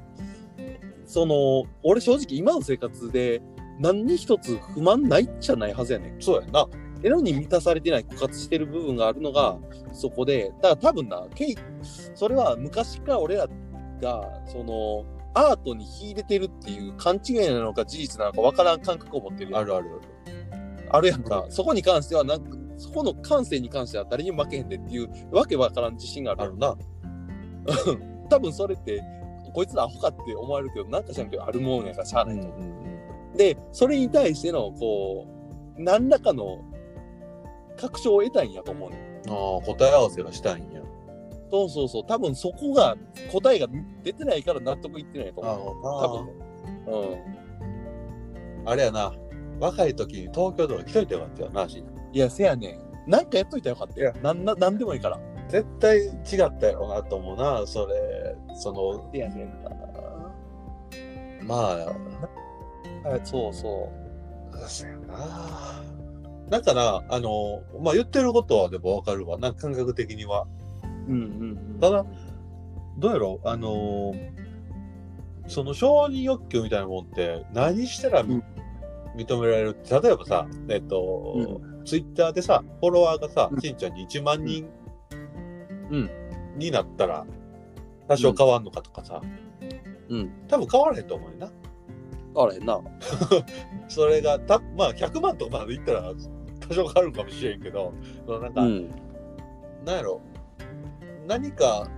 その、俺正直今の生活で何に一つ不満ないじゃないはずやねん。そうやな。えのに満たされてない枯渇してる部分があるのがそこで、だから多分な、ケイ、それは昔から俺らが、その、アートに秀でてるっていう勘違いなのか事実なのかわからん感覚を持ってるやんあるあるあるやんか、そこに関してはなんか、そこの感性に関しては誰にも負けへんでっていうわけわからん自信があるある。あるな。多分それって、こいつらアホかって思われるけど、なんかしらんけどあるもんやからしゃあないと思う。で、それに対しての、こう、何らかの確証を得たいんやと思うねん。あー答え合わせがしたいんや。そうそうそう。多分そこが、答えが出てないから納得いってないとあ思う。あ多分ね。うん。あれやな。若い時に東京ドーム来といてよかったよな、しいや、せやねん。なんかやっといたらよかったいやよ。なんな、なんでもいいから。絶対違ったやろうなと思うな、それ。その、せやねんな。まあ、そうそう。そうやな。だから、あの、まあ言ってることはでもわかるわ。なんか感覚的には。うんうんうん。ただ、どうやろう、あの、その承認欲求みたいなもんって、何したらみ、うん認められるって例えばさ、えっと、うんツイッターでさ、フォロワーがさう、んしんちゃんに1万人、うんになったら、多少変わんのかとかさ、うん。多分変わらへんと思うよな。あれな。それが、たまあ、100万とかまでいったら、多少変わるかもしれんけど、そのなんか、ん。なんやろ、何か、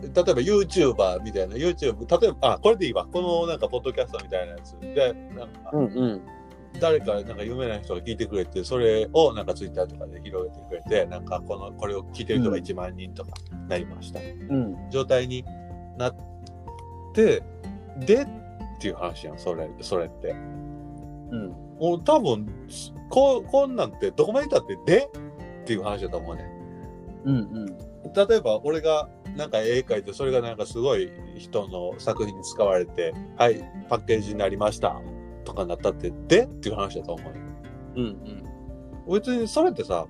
例えば YouTuber みたいな、YouTube、例えば、あ、これでいいわ。このなんか、ポッドキャストみたいなやつで、なんか、うんうん。誰か、なんか有名な人が聞いてくれて、それをなんか Twitter とかで広げてくれて、なんか、この、これを聞いてる人が1万人とかなりました。うん。状態になって、で、っていう話やん、それ、それって。うん。もう多分、こう、こんなんて、どこまでいったって、でっていう話だと思うね。うん。例えば俺がなんか絵描いてそれがなんかすごい人の作品に使われてはいパッケージになりましたとかになったってでっていう話だと思うようん。うん。別にそれってさ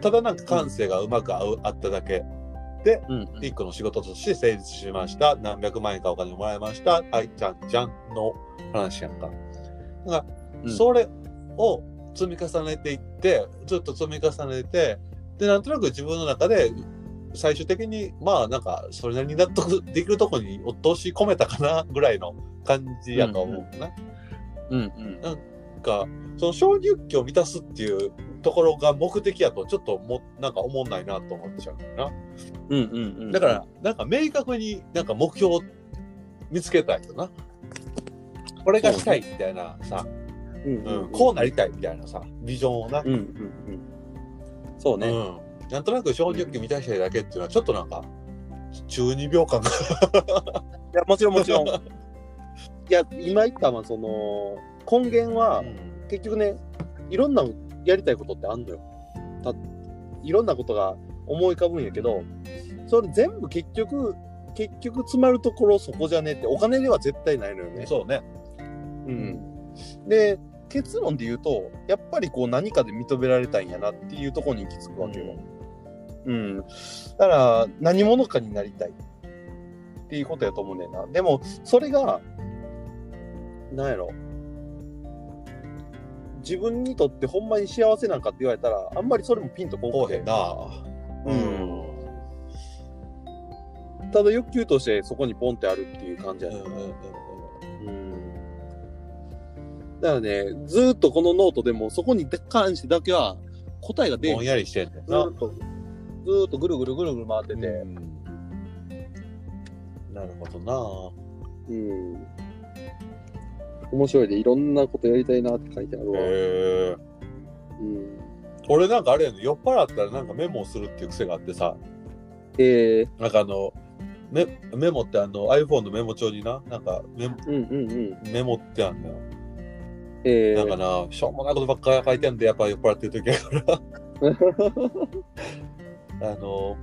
ただなんか感性がうまく合う合っただけうん。一個の仕事として成立しました何百万円かお金もらいましたはいじゃんじゃんの話やんかうんそれを積み重ねていってずっと積み重ねてでなんとなく自分の中で最終的にまあなんかそれなりに納得できるとこに落とし込めたかなぐらいの感じやと思うな。うん。うん。なんかその承認欲求を満たすっていうところが目的やとちょっともなんか思んないなと思っちゃうな。うん。うん。だからなんか明確になんか目標を見つけたいよな。これがしたいみたいなさ、ら、うん。うん、こうなりたいみたいなさビジョンをなうん。うん。うん。そうね。うん、なんとなく承認欲求満たしたいだけっていうのはちょっとなんか中二病感がいや、もちろんもちろん。いや、今言ったのは、その、根源は、結局ね、いろんなやりたいことってあんのよ。たいろんなことが思い浮かぶんやけど、それ全部結局、結局詰まるところそこじゃねえって、お金では絶対ないのよね。そうねうん、で結論で言うとやっぱりこう何かで認められたいんやなっていうところに行き着くわけよ、うんだから何者かになりたいっていうことやと思うねんなでもそれがなんやろ自分にとってほんまに幸せなんかって言われたらあんまりそれもピンとここううへへんんなうんただ欲求としてそこにポンってあるっていう感じやね、だからね、ずーっとこのノートでも、そこに関してだけは、答えが出えへぼんんやりしてんねんずな、ーっと、ずーっとぐるぐるぐるぐる回ってて、なるほどうん。面白いで、いろんなことやりたいなって書いてあるなわ。へえうん。俺なんかあれやね酔っ払ったらなんかメモをするっていう癖があってさええなんかあのメメモってあの iPhone のメモ帳にななんかメモうんうんうん。メモってあんのよええなんかなしょうもないことばっかり書いてんでやっぱ酔っ払ってる時やから あの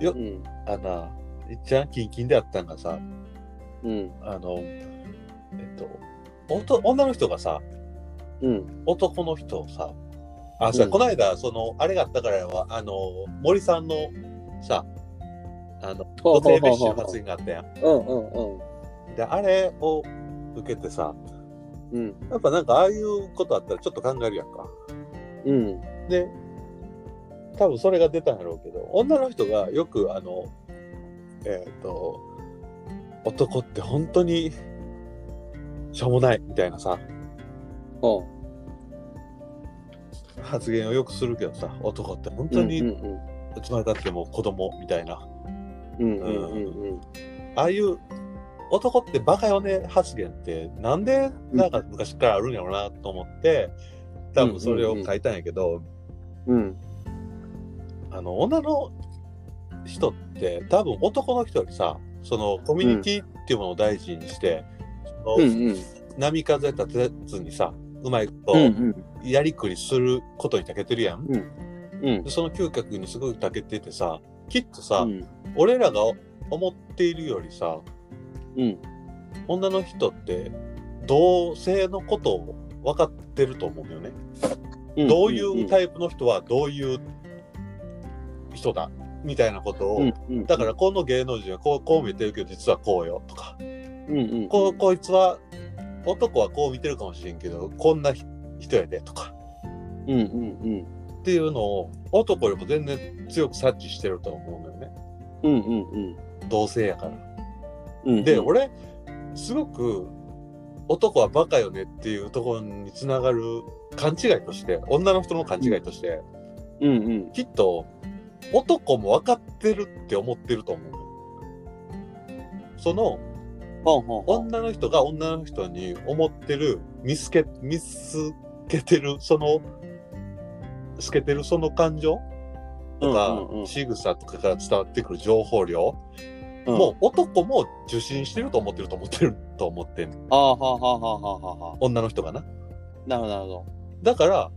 うんあな、いっちゃんキンキンであったんがさ、うんあの、えっと、おと女の人がさ、うん。男の人をさ、あ、さ、うんこの間、その、あれがあったからは、あの、森さんのさ、あの、ほ女性うほうほメッうほシうュの発言があったやん。うんうんうんで、あれを受けてさ、うんやっぱなんかああいうことあったらちょっと考えるやんか。うんで、多分それが出たんやろうけど、女の人がよくあの、えっ、と、男って本当にしょうもないみたいなさ、ほう発言をよくするけどさ、男って本う当んうにんいつまでたっても子供みたいな、うんうんうんうんああいう男ってバカよね発言ってなんでなんか昔からあるんやろうなと思って、多分それを書いたんやけど、うんあの女の人って多分男の人よりさそのコミュニティっていうものを大事にして、そのうんうん波風立てずにさうまいこうんとやりくりすることに長けてるやん、うんでその嗅覚にすごい長けててさきっとさ、うん俺らが思っているよりさうん女の人って同性のことを分かってると思うよね、うんどういうタイプの人はどういう人だみたいなことを、うんうんだからこの芸能人はこうこう見てるけど実はこうよとかうんうんここいつは男はこう見てるかもしれんけどこんな人やでとかうんうんっていうのを男よりも全然強く察知してると思うのよねうんうんうんうん同性やから。うんで俺すごく男はバカよねっていうところにつながる勘違いとして女の人の勘違いとしてうんうんきっと男も分かってるって思ってると思うのよ。そのほうほうほう女の人が女の人に思ってる見つけ見つけてるその透けてるその感情とか、うんうんうん仕草とかから伝わってくる情報量、もう男も受信してると思ってると思ってると思ってんああはあはあはあはあはあ女の人がななるほどなるほどだから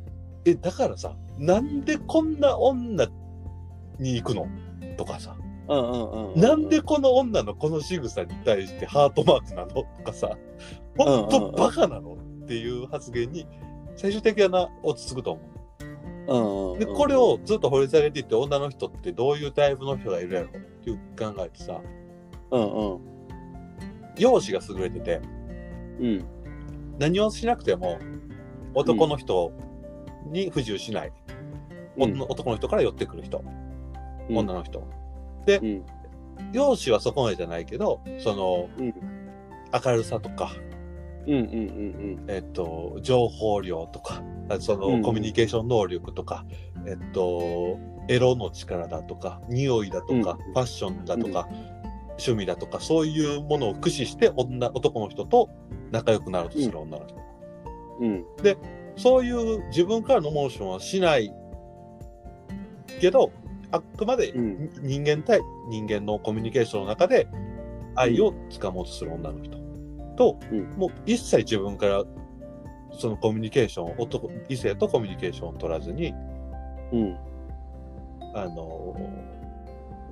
えだからさなんでこんな女に行くのとかさ、うんうんうんうなんでこの女のこの仕草に対してハートマークなのとかさ、本うん当うんうんバカなのっていう発言に最終的にはな落ち着くと思うんうう。んで、これをずっと掘り下げていって、女の人ってどういうタイプの人がいるやろっていう考えてさ、うんうん容姿が優れてて、うん何をしなくても男の人に不自由しない、おうん男の人から寄ってくる人、うん女の人。うん容姿はそこまでじゃないけど、その、うん明るさとか、うんうんうんえっと、情報量とか、あそうんうのんコミュニケーション能力とか、えっと、エロの力だとか、匂いだとか、うんファッションだとか、趣味だとか、そういうものを駆使して女、男の人と仲良くなるとする女の人。うんそういう自分からのモーションはしないけど、あくまでうん人間対人間のコミュニケーションの中で愛をつかもうとする女の人と、うんもう一切自分からそのコミュニケーションを男異性とコミュニケーションを取らずにうんあの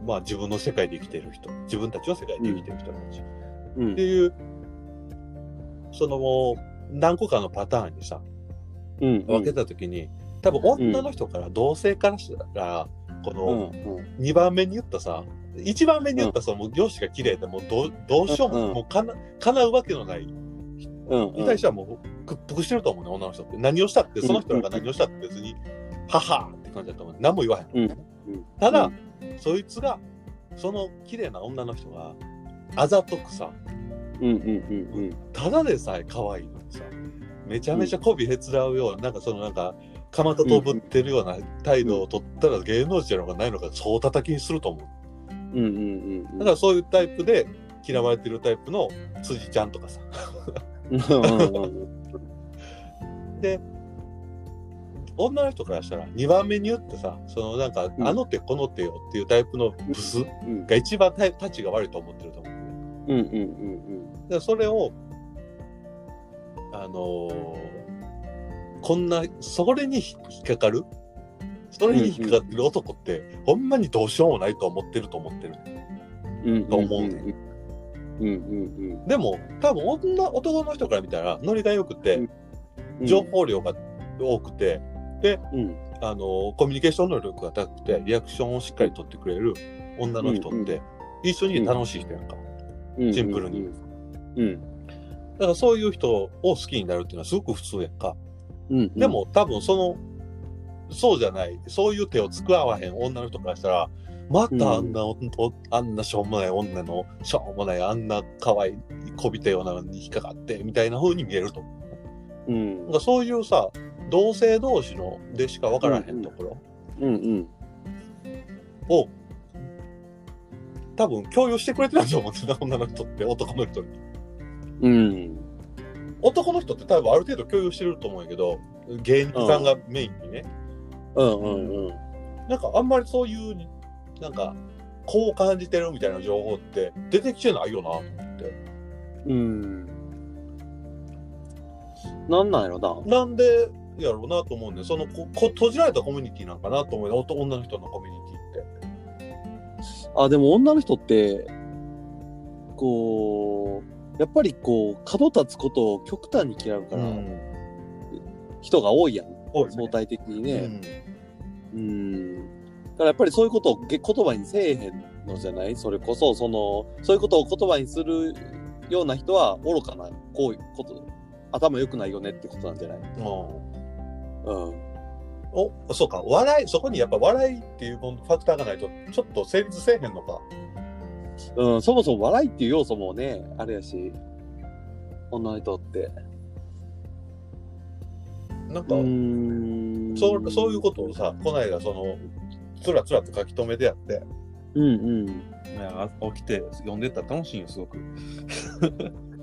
まあ自分の世界で生きている人自分たちの世界で生きている人たち、うっんていうその何個かのパターンにさうん分けた時に、多分女の人から同性からしたら、こうのんうん2番目に言ったさ1番目に言ったさ、もう容姿が綺麗でもうどうどうしようも,、うんもうかな叶うわけのないうんに対してはもう屈服してると思うね女の人って何をしたってその人らが何をしたって別に、ははーって感じだと思う何も言わへん、うんただ、そいつがその綺麗な女の人があざとくさうんうんうんただでさえ可愛いのにさめちゃめちゃ媚びへつらうような、なんかそのなんかかまととぶってるような態度を取ったら芸能人なのかないのかそう叩きにすると思ううんうんうんうんだからそういうタイプで嫌われてるタイプの辻ちゃんとかさうんうんうん女の人からしたら2番目に言ってさそのなんか、んあの手この手よっていうタイプのブスうんが一番タイタッチが悪いと思ってると思うねうんうんうんだからそれをあのーこんなそれに引っかかるそれに引っかかってる男って、ほんまにどうしようもないと思ってると思ってるうんうん。と思うねうんうんでも多分女男の人から見たらノリが良くうてんうん。情報量が多くて、うんあのコミュニケーション能力が高くてリアクションをしっかり取ってくれる女の人って、うんうん一緒に楽しい人やんか、うん。シンプルにうん。だからそういう人を好きになるっていうのはすごく普通やんかうん。うん。で、も多分そのそうじゃないそういう手を使わへん女の人からしたらまたあんな、おあんなしょうもない女のしょうもないあんな可愛いこびたようなのに引っかかってみたいな風に見えると思ううん。なんかそういうさ同性同士のでしか分からへんところ、うんうん。を多分共有してくれてないと思ってた女の人って男の人にうん。男の人って多分ある程度共有してると思うんやけど芸人さんがメインにね、うんうんうん。なんかあんまりそういうなんかこう感じてるみたいな情報って出てきてないよなと思ってうん。なんなんやろな。なんでやろうなと思うんでそのここ閉じられたコミュニティなんかなと思うよおと女の人のコミュニティってあ、でも女の人って、こう、やっぱりこう、角立つことを極端に嫌うから、人が多いやん。多い相ね対的にうね。んうん。だからやっぱりそういうことをげ言葉にせえへんのじゃないそれこそ、その、そういうことを言葉にするような人は愚かな、こういうこと、頭良くないよねってことなんじゃないうんうん。おそうか笑いそこにやっぱ笑いっていうもんファクターがないとちょっと成立せえへんのかうん、そもそも笑いっていう要素もね、あれやし、女の人って。なんうか、ーんそうそういうことをさこないだそのつらつらと書き留めてやってうんうん。起きて読んでったら楽しいよすごく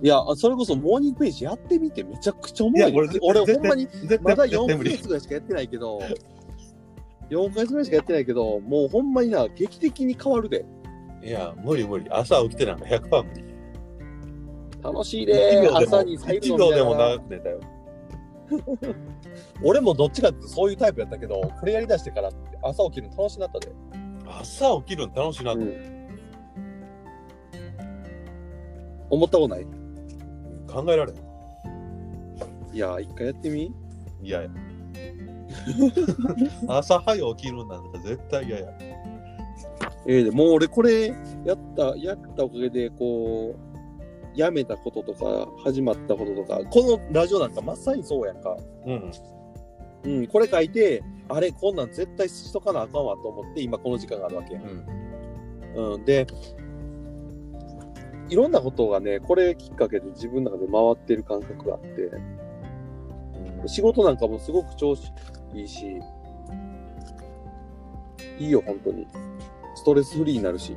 いや、それこそモーニングページやってみてめちゃくちゃ重いよ。いや俺絶俺絶対ほんまに絶対まだ絶対4無ヶ理月ぐらいしかやってないけど、4ヶ月ぐらいしかやってないけど、もうほんまにな、劇的に変わるで。いや無理無理朝起きてなんか100%無理楽しい1秒で、でも朝に最1後秒でも長く寝たよ俺もどっちかってそういうタイプやったけど、これやりだしてから朝起きるの楽しなったで。朝起きるの楽しいな、思ったことない考えられへんいや、一回やってみい やいや朝早起きるなんて絶対嫌やええでもう俺これやったやったおかげでこうやめたこととか始まったこととかこのラジオなんかまさにそうやんか、うんうん、これ書いてあれこんなん絶対しとかなあかんわと思って今この時間があるわけやん、うんうん、でいろんなことがねこれきっかけで自分の中で回ってる感覚があって仕事なんかもすごく調子いいしいいよ本当にストレスフリーになるし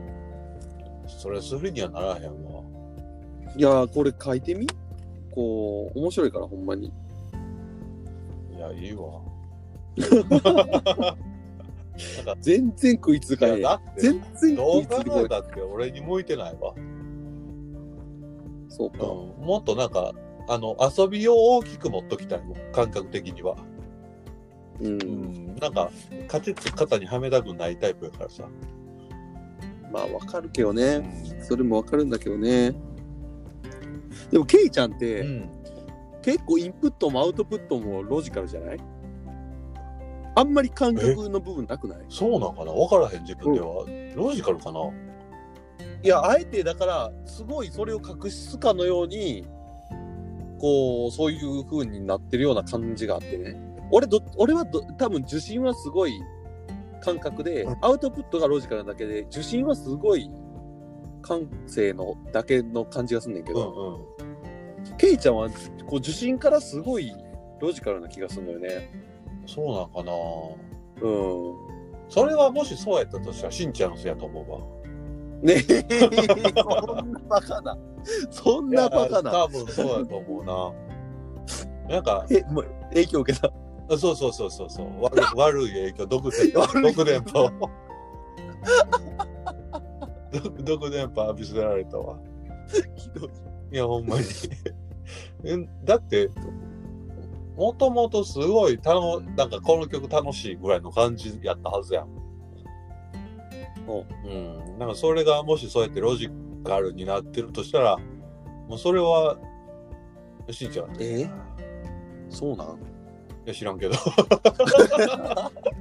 それするにはならへんわいやーこれ書いてみこう面白いからほんまにいや、いいわ。全然食いつかへいんやだって全然どう食いつ考いてこえいたって俺に向いてないわ。うん、そうか、もっとなんか、あの、遊びを大きく持っときたいもん感覚的には。う、うんん、なんか、カチッと肩にはめたくないタイプやからさ。まあわかるけどねそれもわかるんだけどねでもケイちゃんっうて、ん。結構インプットもアウトプットもロジカルじゃないあんまり感覚の部分なくないそうなんかな分からへん、自分では。ロジカルかないやあえてだからすごいそれを隠すかのようにこうそういう風になってるような感じがあってね俺ど俺はど多分受信はすごい感覚でうアウトプットがロジカルなだけで受信はすごい感性のだけの感じがすんねんけうど、んうん。ケイちゃんはこう受信からすごいロジカルな気がするんだよねそうなんかなうんそれはもしそうやったとしたら、しんちゃんのせいやと思うわ。ねえ そんなバカなそんいやなバカな多分そうやと思うな。なんか、 えもう影響受けたあそうそうそうそうそう 悪い悪い影響毒電悪い毒電波を毒毒電波浴びせられたわひどい。いやほんまに えだってもともとすごい楽なんかこの曲楽しいぐらいの感じやったはずやんおうんなんかそれがもしそうやってロジカルになってるとしたらもうそれはしんちゃんねえそうなんいや知らんけど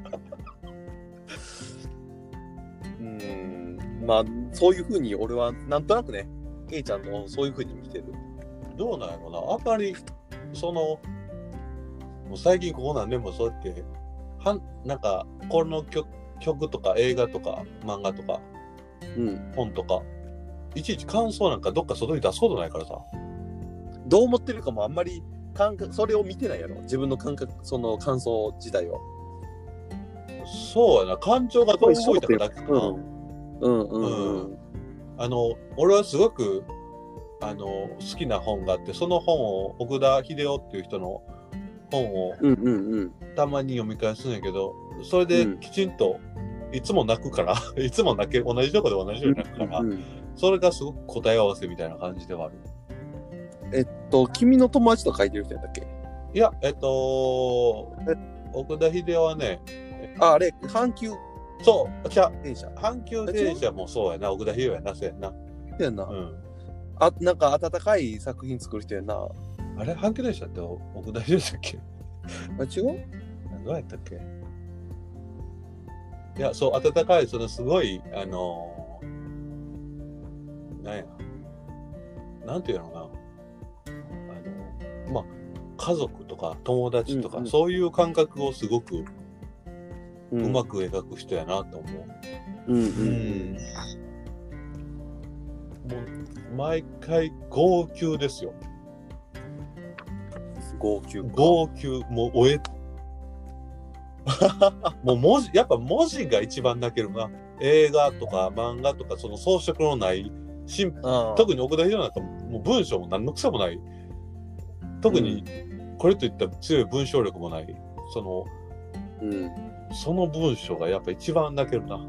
うん。まあ、そういうふうに俺は、なんとなくね、A ちゃんのそういうふうに見てる。どうなんやろなあんまりそのもう最近ここ何年もそうやってはんなんかこの曲曲とか映画とか漫画とかうん。本とかいちいち感想なんかどっか外に出すことないからさどう思ってるかもあんまり感覚、それを見てないやろ。自分の感覚、その感想自体を。そうやな感情がどう動いたかだけかな、うん。うんうんうん。あの俺はすごくあの好きな本があってその本を奥田秀夫っていう人の本をうんうんうん。たまに読み返すんやけどそれでうんきちんと、いつも泣くから いつも泣け同じとこで同じように泣くから、うんそれがすごく答え合わせみたいな感じではあるえっと、君の友達とか書いてる人やったっけいやえっと奥田秀夫はねあ、あれ、阪急そうじゃ電車。阪急電車もそうやな奥田秀夫やなそうやなそうやんな、うんあ、なんか温かい作品作る人やんな。あ、あれ阪急電車って奥田秀夫でしたっけ違うどうやったっけいやそう温かいそのすごいあのーなんやなんていうのかなあのまあ家族とか友達とか、うんうんそういう感覚をすごくううまく。く描く人やなと思う。ううんう。んもう毎回号泣ですよ。号泣か。号泣もう終え もう文字やっぱ文字が一番泣けるな映画とか漫画とかその装飾のないシンああ特に奥田秀夫なんかもう文章も何の癖もない特にこれといった強い文章力もないそのうん。その文章がやっぱ一番泣けるな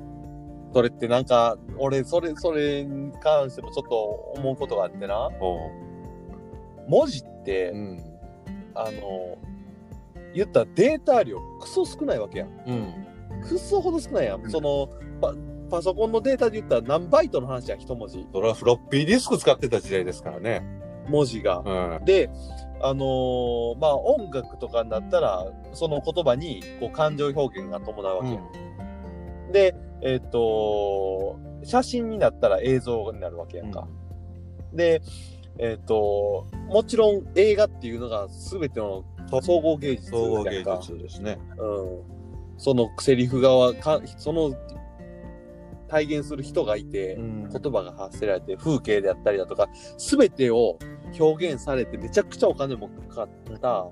それってなんか、俺、それ、それに関してもちょっと思うことがあってな。文字って、うんあの、言ったらデータ量、クソ少ないわけやん。うんクソほど少ないやん。うんそのパ、パソコンのデータで言ったら何バイトの話や、一文字。それはフロッピーディスク使ってた時代ですからね文字が。うんで、あのーまあ、音楽とかになったら、その言葉にこう感情表現が伴うわけやん。で、えっ、と写真になったら映像になるわけやんか。で、えっ、ともちろん映画っていうのが全てのそう総合芸術総合や芸んか。術ですねうん、そのセリフ側か、その体現する人がいて、うん言葉が発せられて、風景であったりだとか、全てを表現されて、めちゃくちゃお金もかかった、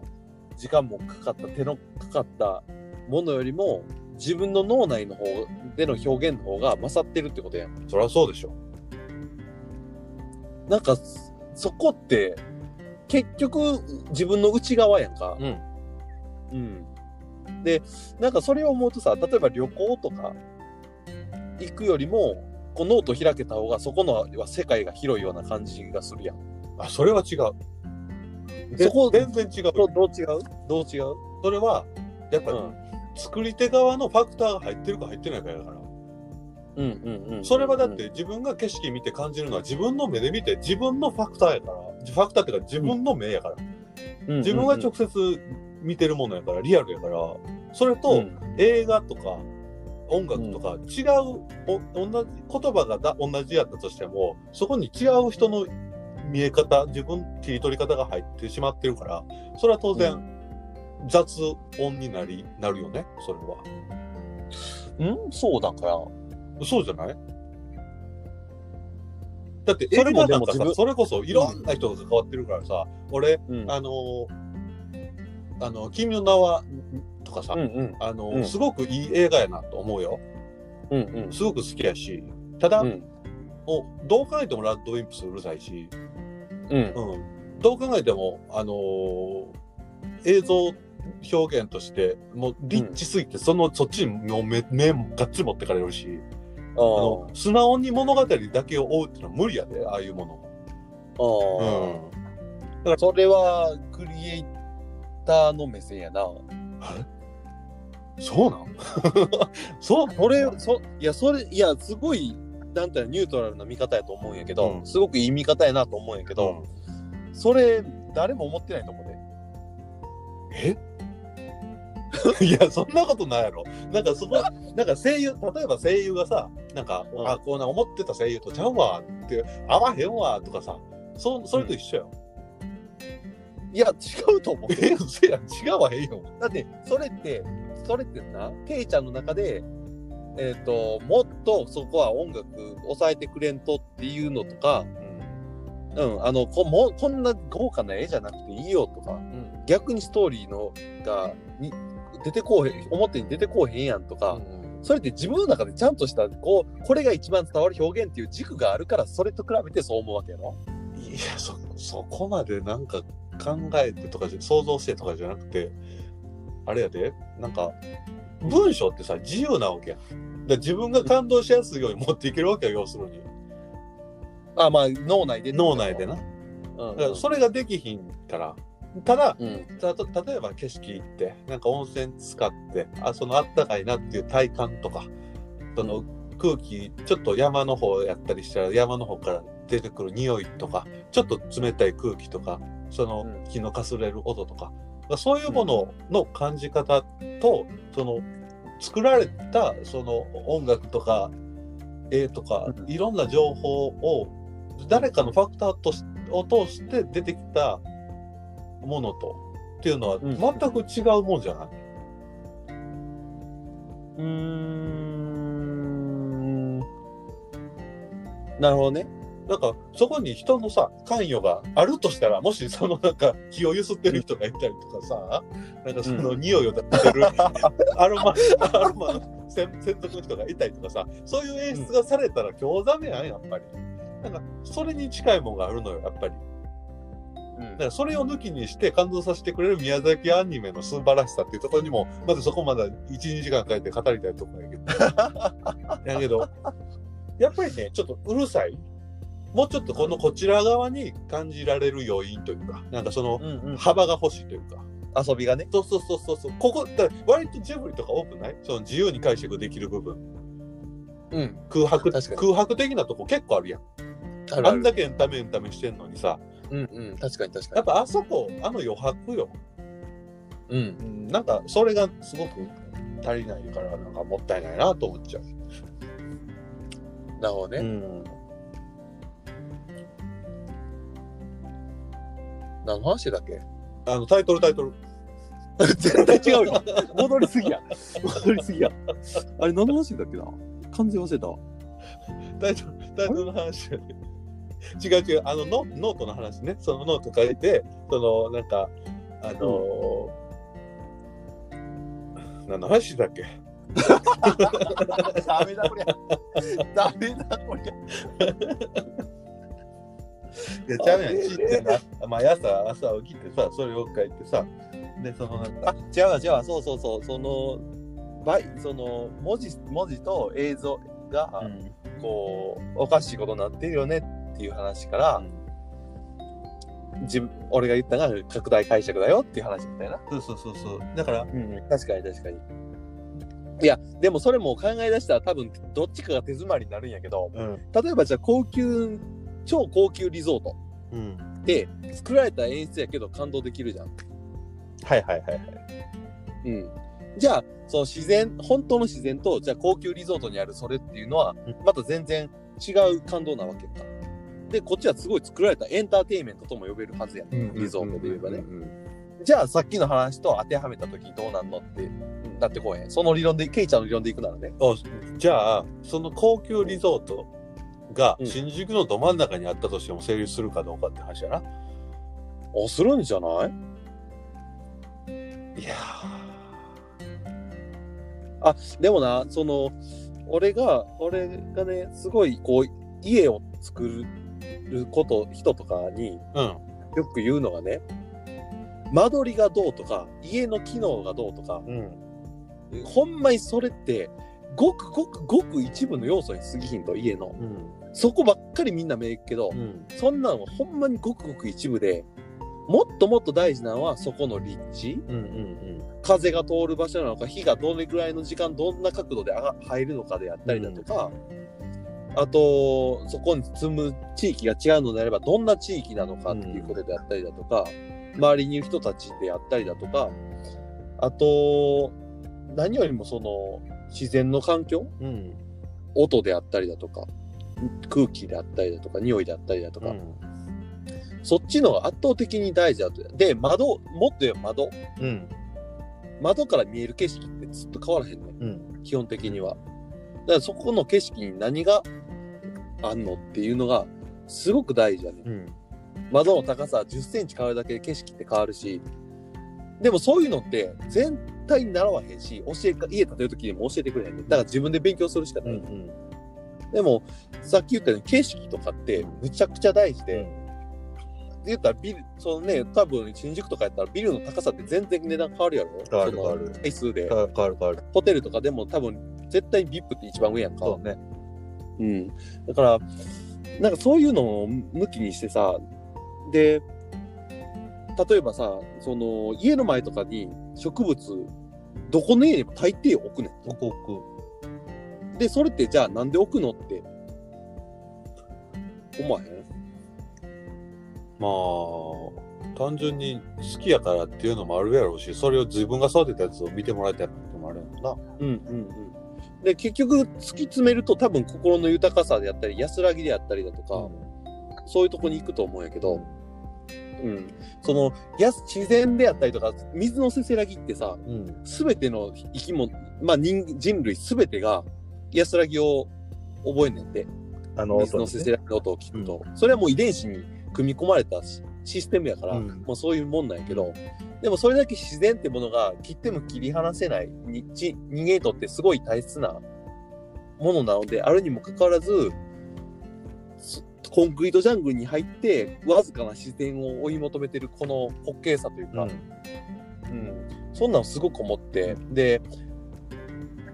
時間もかかった、手のかかったものよりも、自分の脳内の方での表現の方が勝ってるってことやん。そりゃそうでしょなんか、そこって、結局、自分の内側やんか。うんうん。で、なんかそれを思うとさ、例えば旅行とか行くよりも、こうノート開けた方がそこのは世界が広いような感じがするやん。あそれは違うそこ全然違うどどう違うどう違うそれはやっぱ、うん作り手側のファクターが入ってるか入ってないかやからうんうんうん。それはだっ、て自分が景色見て感じるのは自分の目で見て自分のファクターやからファクターっていうか自分の目やから、自分が直接見てるものやからリアルやからそれと映画とか音楽とか違う、お同じ言葉がだ同じやったとしてもそこに違う人の見え方自分切り取り方が入ってしまってるからそれは当う然雑音になりなるよねそれは。うん、うん、そうだから。そうじゃないだってそ映れも画でなもんか自分さそれこそいろんな人が関わってるからさ、俺うんあのーあの「君の名は」とかさ、うんうんあのーうんすごくいい映画やなと思うようんうんすごく好きやしただ、うんおどう考えてもラッドウィンプスうるさいし、うんうん、どう考えてもあのー映像表現として、もうリッチすぎて、その、そっちにもう目、目もガッツリ持ってかれるし、ああの、素直に物語だけを追うってのは無理やで、ああいうもあ、の。うん。それはクリエイターの目線やな。そうなん そうそれ、そいや、それ、いや、すごい、なんていうのニュートラルな見方やと思うんやけど、うんすごくいい見方やなと思うんやけど、それ、誰も思ってないと思うね。 いや、そんなことないやろ。なんかそこ、なんか声優、例えば声優がさ、なんか、うんあ、こうな思ってた声優とちゃうわって、合わへんわとかさ、そそれと一緒よ。いや、違うと思う。 え、嘘やん、違わへんよ。だって、それって、それってな、ケイちゃんの中で、えっ、と、もっとそこは音楽抑えてくれんとっていうのとか、うん、あの、こもうこんな豪華な絵じゃなくていいよとか、うん逆にストーリーのがに出てこうへん表に出てこうへんやんとか、それって自分の中でちゃんとしたこうこれが一番伝わる表現っていう軸があるからそれと比べてそう思うわけやろいや、そ、そこまでなんか考えてとかじゃ、想像してとかじゃなくて、あれやで、なんか、文章ってさ、自由なわけやん。だから自分が感動しやすいように持っていけるわけよ、要するに。あまあ脳内で脳内でな。うんだからそれができひんから。ただ、うんたと例えば景色行ってなんか温泉使ってあそのあったかいなっていう体感とかその空気ちょっと山の方やったりしたら山の方から出てくる匂いとかちょっと冷たい空気とかそのうん木のかすれる音とか、そういうものの感じ方とその作られたその音楽とか絵とかうんいろんな情報を誰かのファクターとしを通して出てきたものとっていうのはうん全く違うもんじゃない、うーんなるほどねなんかそこに人のさ関与があるとしたらもしそのなんか気をゆすってる人がいたりとかさなんかその匂いを出してる アロマアロマの専専属の人がいたりとかさそういう演出がされたら興ざめやんやっぱりなんかそれに近いもんがあるのよやっぱりだからそれを抜きにして感動させてくれる宮崎アニメの素晴らしさっていうところにもまずそこまで12時間かけて語りたいとこやけどやけどやっぱりねちょっとうるさいもうちょっとこのこちら側に感じられる要因というかなんかそのうんうん幅が欲しいというか遊びがねそうそうそうそうそうここだから割とジェフリーとか多くないその自由に解釈できる部分うん空白確かに空白的なとこ結構あるやんああんだけエンタメエンタメしてんのにさうんうん確かに確かやっにぱあそこあの余白ようんうんなんかそれがすごく足りないからなんかもったいないなと思っちゃう。なるほどうね、ん、何の話だっけあのタイトルタイトル。絶対違う よ戻りすぎや戻りすぎやあれ何の話だっけな完全忘れたタイトルタイトルの話より。違う違うあのノノートの話ねそのノート書いてそのなんかあのー何の話だっけ ダメだこりゃ。ダメだこりゃ。いやちゃうやんちってな毎朝朝起きてさそれを書いてさでそのなんかあ、違うわ違うわ。そうそうそう。その、ばい、その、文字、文字と映像が、こう、おかしいことになってるよねっていう話から、自分、俺が言ったのが拡大解釈だよっていう話みたいな。そうそうそうそうだからうん、確かに確かに。いや、でもそれも考え出したら多分、どっちかが手詰まりになるんやけど、うん例えばじゃあ高級、超高級リゾートうんで作られた演出やけど感動できるじゃん。はいはいはいはいうん、じゃあその自然本当の自然とじゃあ高級リゾートにあるそれっていうのはうんまた全然違う感動なわけか。でこっちはすごい作られたエンターテインメントとも呼べるはずやん、リゾートで言えばね。うんじゃあさっきの話と当てはめた時どうなんのってなってこうへん。その理論でケイちゃんの理論でいくならね。あじゃあその高級リゾートがうん新宿のど真ん中にあったとしても成立するかどうかって話やな。あするんじゃないいやでもなその俺が俺がねすごいこう家を作ること人とかにーうんよく言うのがね間取りがどうとか、家の機能がどうとか、うん。ほんまにそれって、ごくごくごく一部の要素に過ぎひんと、家の。うん。そこばっかりみんな目いくけどう、ん。そんなんはほんまにごくごく一部で、もっともっと大事なのはそこの立地、うん。うん。風が通る場所なのか、火がどれぐらいの時間、どんな角度で上が入るのかであったりだとか、あと、そこに住む地域が違うのであれば、どんな地域なのかっていうことであったりだとか、周りにいる人たちであったりだとか、あと、何よりもその、自然の環境うん。うん。音であったりだとか、空気であったりだとか、匂いであったりだとか、そっちのが圧倒的に大事だと。で、窓、もっと言えば窓。うん。窓から見える景色ってずっと変わらへんね、うん基本的には。だからそこの景色に何があんのっていうのがすごく大事だね。うん。窓の高さ10センチ変わるだけで景色って変わるし、でもそういうのって全体に習わへんし、教えか、家建てるときにも教えてくれへんね。だから自分で勉強するしかない。うん。でも、さっき言ったように景色とかってむちゃくちゃ大事で、言ったらビル、そのね、多分新宿とかやったらビルの高さって全然値段変わるやろ変わるその変わる回数で変。わる変わる変わる。ホテルとかでも多分絶対 VIP って一番上やんか。そうね。うん。だから、なんかそういうのを向きにしてさ、で、例えばさ、その家の前とかに植物、どこの家にも大抵置くねごくごくん。で、それってじゃあなんで置くのって思わへんまあ、単純に好きやからっていうのもあるやろうし、それを自分が育てたやつを見てもらいたいってのもあるやろうんうんうん。で、結局突き詰めると多分心の豊かさであったり、安らぎであったりだとか、そういうとこに行くと思うんやけど、うん、そのやす自然であったりとか水のせせらぎってさな。うん。全ての生き物、まあ、人人類全てが安らぎを覚えんねんてあの水のせせらぎの音を聞くと、それはもう遺伝子に組み込まれたシシステムやから、うんもうそういうもんなんやけどでもそれだけ自然ってものが切っても切り離せないにち人間にとってすごい大切なものなのであるにもかかわらずそコンクリートジャングルに入ってわずかな自然を追い求めてるこの滑稽さというか、うん、そんなのすごく思ってで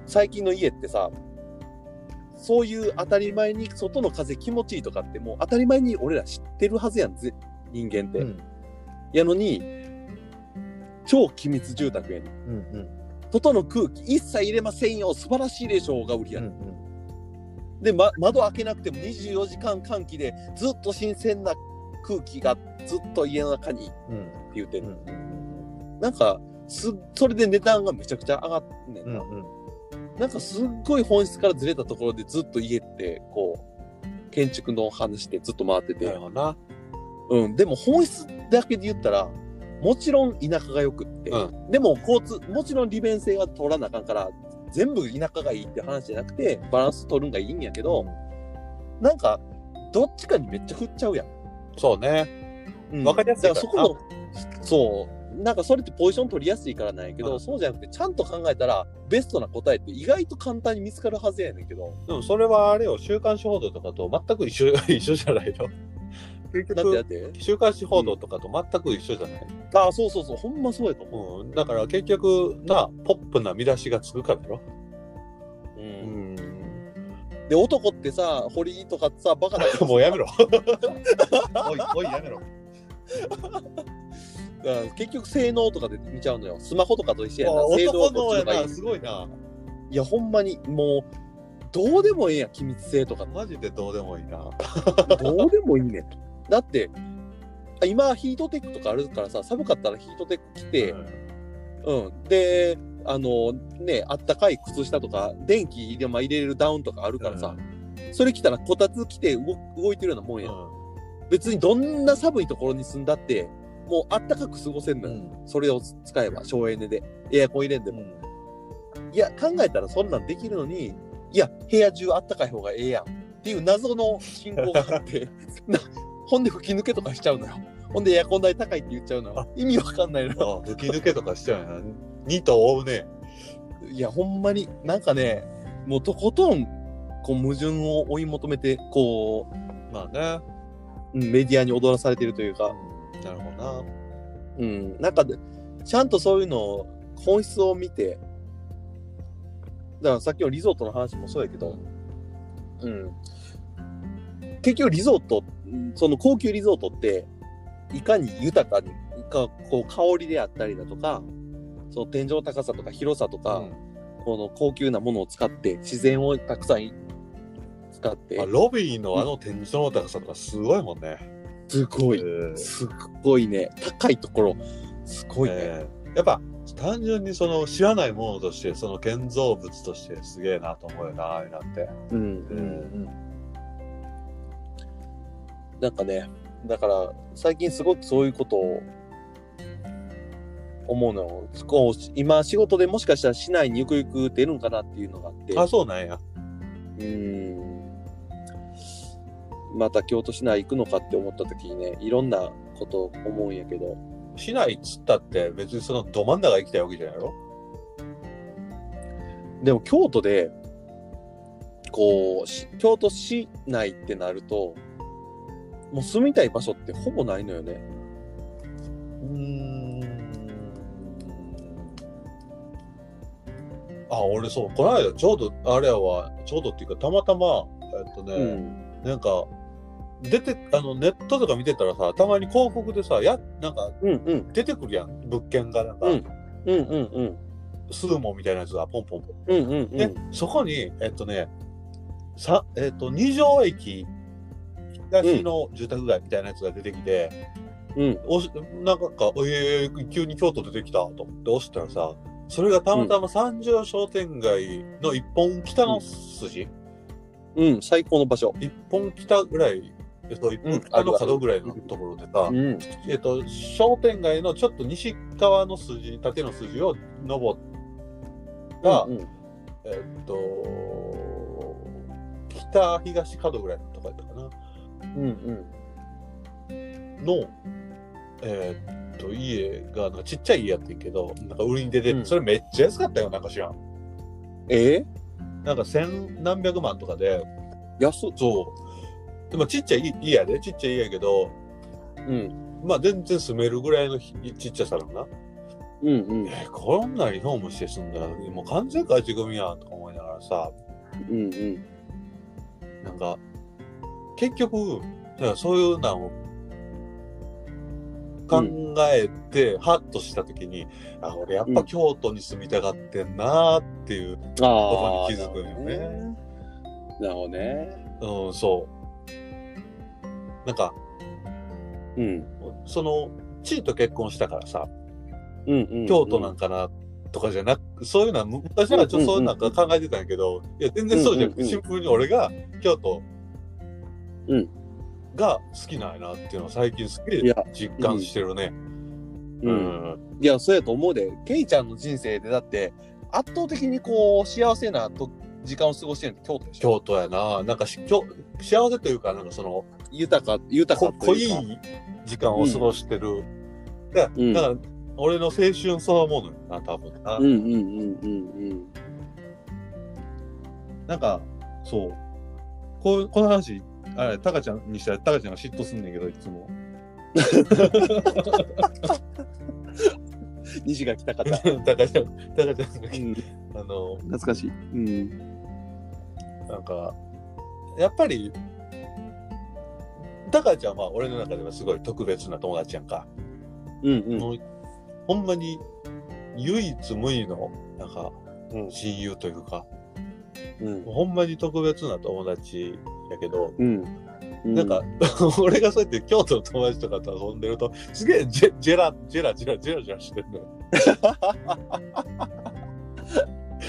最近の家ってさそういう当たり前に外の風気持ちいいとかってもう当たり前に俺ら知ってるはずやんぜ人間って、うんやのに超機密住宅やねんうんうん外の空気一切入れませんよ素晴らしいでしょうが売りうやねん、んで、ま、窓開けなくても24時間換気でずっと新鮮な空気がずっと家の中にってうん言ってんうの、んうんなんかすそれで値段がめちゃくちゃ上がってんねんうな、んうんなんかすっごい本質からずれたところでずっと家ってこう建築の話でずっと回ってなるて、ほどな。うん、でも本質だけで言ったらもちろん田舎がよくって、うでも交通もちろん利便性が取らなあかんから全部田舎がいいって話じゃなくてバランス取るんがいいんやけどなんかどっちかにめっちゃ振っちゃうやん。そうね。うんわかりやすいからだからそこのそうなんかそれってポジション取りやすいからなんやけど、うんそうじゃなくてちゃんと考えたらベストな答えって意外と簡単に見つかるはずやねんけど。でもそれはあれよ、週刊誌報道とかと全く一緒一緒じゃないよ。結だってだっ局、て。週刊誌報道とかと全く一緒じゃない。ああ、そうそうそう、ほんまそうやと思うん、だから結局な、ポップな見出しがつくからやろ。う。ううんん。で、男ってさ、堀とかさ、バカだ けどもうやめろ。おい、おい、やめろ。うん結局性能とかで見ちゃうのよ。スマホとかと一緒やな。性能は男どのっちやの方がな、いい。すごいな。いや、ほんまに、もう、どうでもええやん、機密性とか。マジでどうでもいいな。 どうでもいいねん。だって、あ今、ヒートテックとかあるからさ、寒かったらヒートテック着て、うん。で、あの、ね、あったかい靴下とか、電気で、まあ、入れるダウンとかあるからさ、それ着たらこたつ着て動動いてるようなもんうんやん。別にどんな寒いところに住んだって、もうあったかく過ごせんうのよ。んそれを使えば、省エネで。エアコン入れんでも。いや、考えたらそんなんできるのに、いや、部屋中あったかい方がええやん。っていう謎の進行があって、 なほんで吹き抜けとかしちゃうのよ。ほんでエアコン代高いって言っちゃうのよ。意味わかんないのよ。あ吹き抜けとかしちゃうやな。二頭追うね。いや、ほんまに、なんかね、もうとことん、こう、矛盾を追い求めて、こまあね。う、うんメディアに踊らされてるというか、なるほどな。うん、なんかで、ちゃんとそういうのを、本質を見て、だからさっきのリゾートの話もそうやけど、うん。結局リゾート、その高級リゾートって、いかに豊かに、かこう香りであったりだとか、その天井の高さとか広さとか、この高級なものを使って、自然をたくさん使ってあ、ロビーのあの天井の高さとかすごいもんね。すごい、うんすっごいね、高いところ、すごいね。えーやっぱ単純にその知らないものとしてその建造物としてすげえなと思うよなああいうのって。うんううんんなんかねだから最近すごくそういうことを思うのをこう今仕事でもしかしたら市内にゆくゆく出るんかなっていうのがあってあそうなんや。うんまた京都市内行くのかって思った時にねいろんなことを思うんやけど市内っつったって別にそのど真ん中行きたいわけじゃないやろ。でも京都でこうし京都市内ってなるともう住みたい場所ってほぼないのよねあ俺そうこの間ちょうどあれはちょうどっていうかたまたまえっとね、うんなんか出てあのネットとか見てたらさたまに広告でさやなんかうんうん出てくるやん物件がなんか、うんうんうんうんスーモみたいなやつがポンポンポン。うんうんうんで、そこにえっとねさえっと二条駅東の住宅街みたいなやつが出てきて、うんおしなんかか、えー、急に京都出てきたと思って押したらさ、それがたまたま三条商店街の一本北の筋、うん最高の場所一本北ぐらい、えっと、一う本ん北の角ぐらいのところでさ、うんえっと、商店街のちょっと西側の筋、縦の筋を登った、うんえっと、北東角ぐらいのとこやったかな。うんの、えーっと、家が、なんかちっちゃい家やってんけど、なんか売りに出て、うんそれめっちゃ安かったよ、なんか知らん。えなんか千何百万とかで、ー、安っそう。でもちっちゃい家やで、ちっちゃい家やけど、うんまあ全然住めるぐらいのひちっちゃさだな。うんうんえーこんなリフォームして住んだら、もう完全勝ち組やんとか思いながらさ、うんうんなんか、結局、だからそういうのを考えて、ハッとしたときに、あ、俺やっぱ京都に住みたがってんなーっていう、ああ気づくよねなるほどねうん、そう。なんか、うんその、地位と結婚したからさ、うんうん京都なんかな、とかじゃなく、そういうのは昔なんかちょっとそうなんか考えてたんやけど、いや、全然そうじゃなくて、うんうんシンプルに俺が京都うんが好きなんやなっていうのを最近すげいえや実感してるね。うん、いやそうやと思うでケイちゃんの人生でだって圧倒的にこう幸せなと時間を過ごしてるのって京都でしょ京都やななんかしきょ幸せというかなんかその豊か豊こか濃といいうか時間を過ごしてる、だからうんだから俺の青春そのものよな多分な,、うんうんうんうんなんかそうこうこの話あれタカちゃんにしたらタカちゃんが嫉妬すんねんけどいつもうん虹が来た方タカちゃんタカちゃんがうんあの懐かしいうんなんかやっぱりタカちゃんは俺の中ではすごい特別な友達やんかうんうんもうほんまに唯一無二のなんかうん親友というか、うんほんまに特別な友達やけど、うんなんか 俺がそうやって京都の友達とかと遊んでるとすげえジェジェラジェラジェラジェラジェラしてるのよ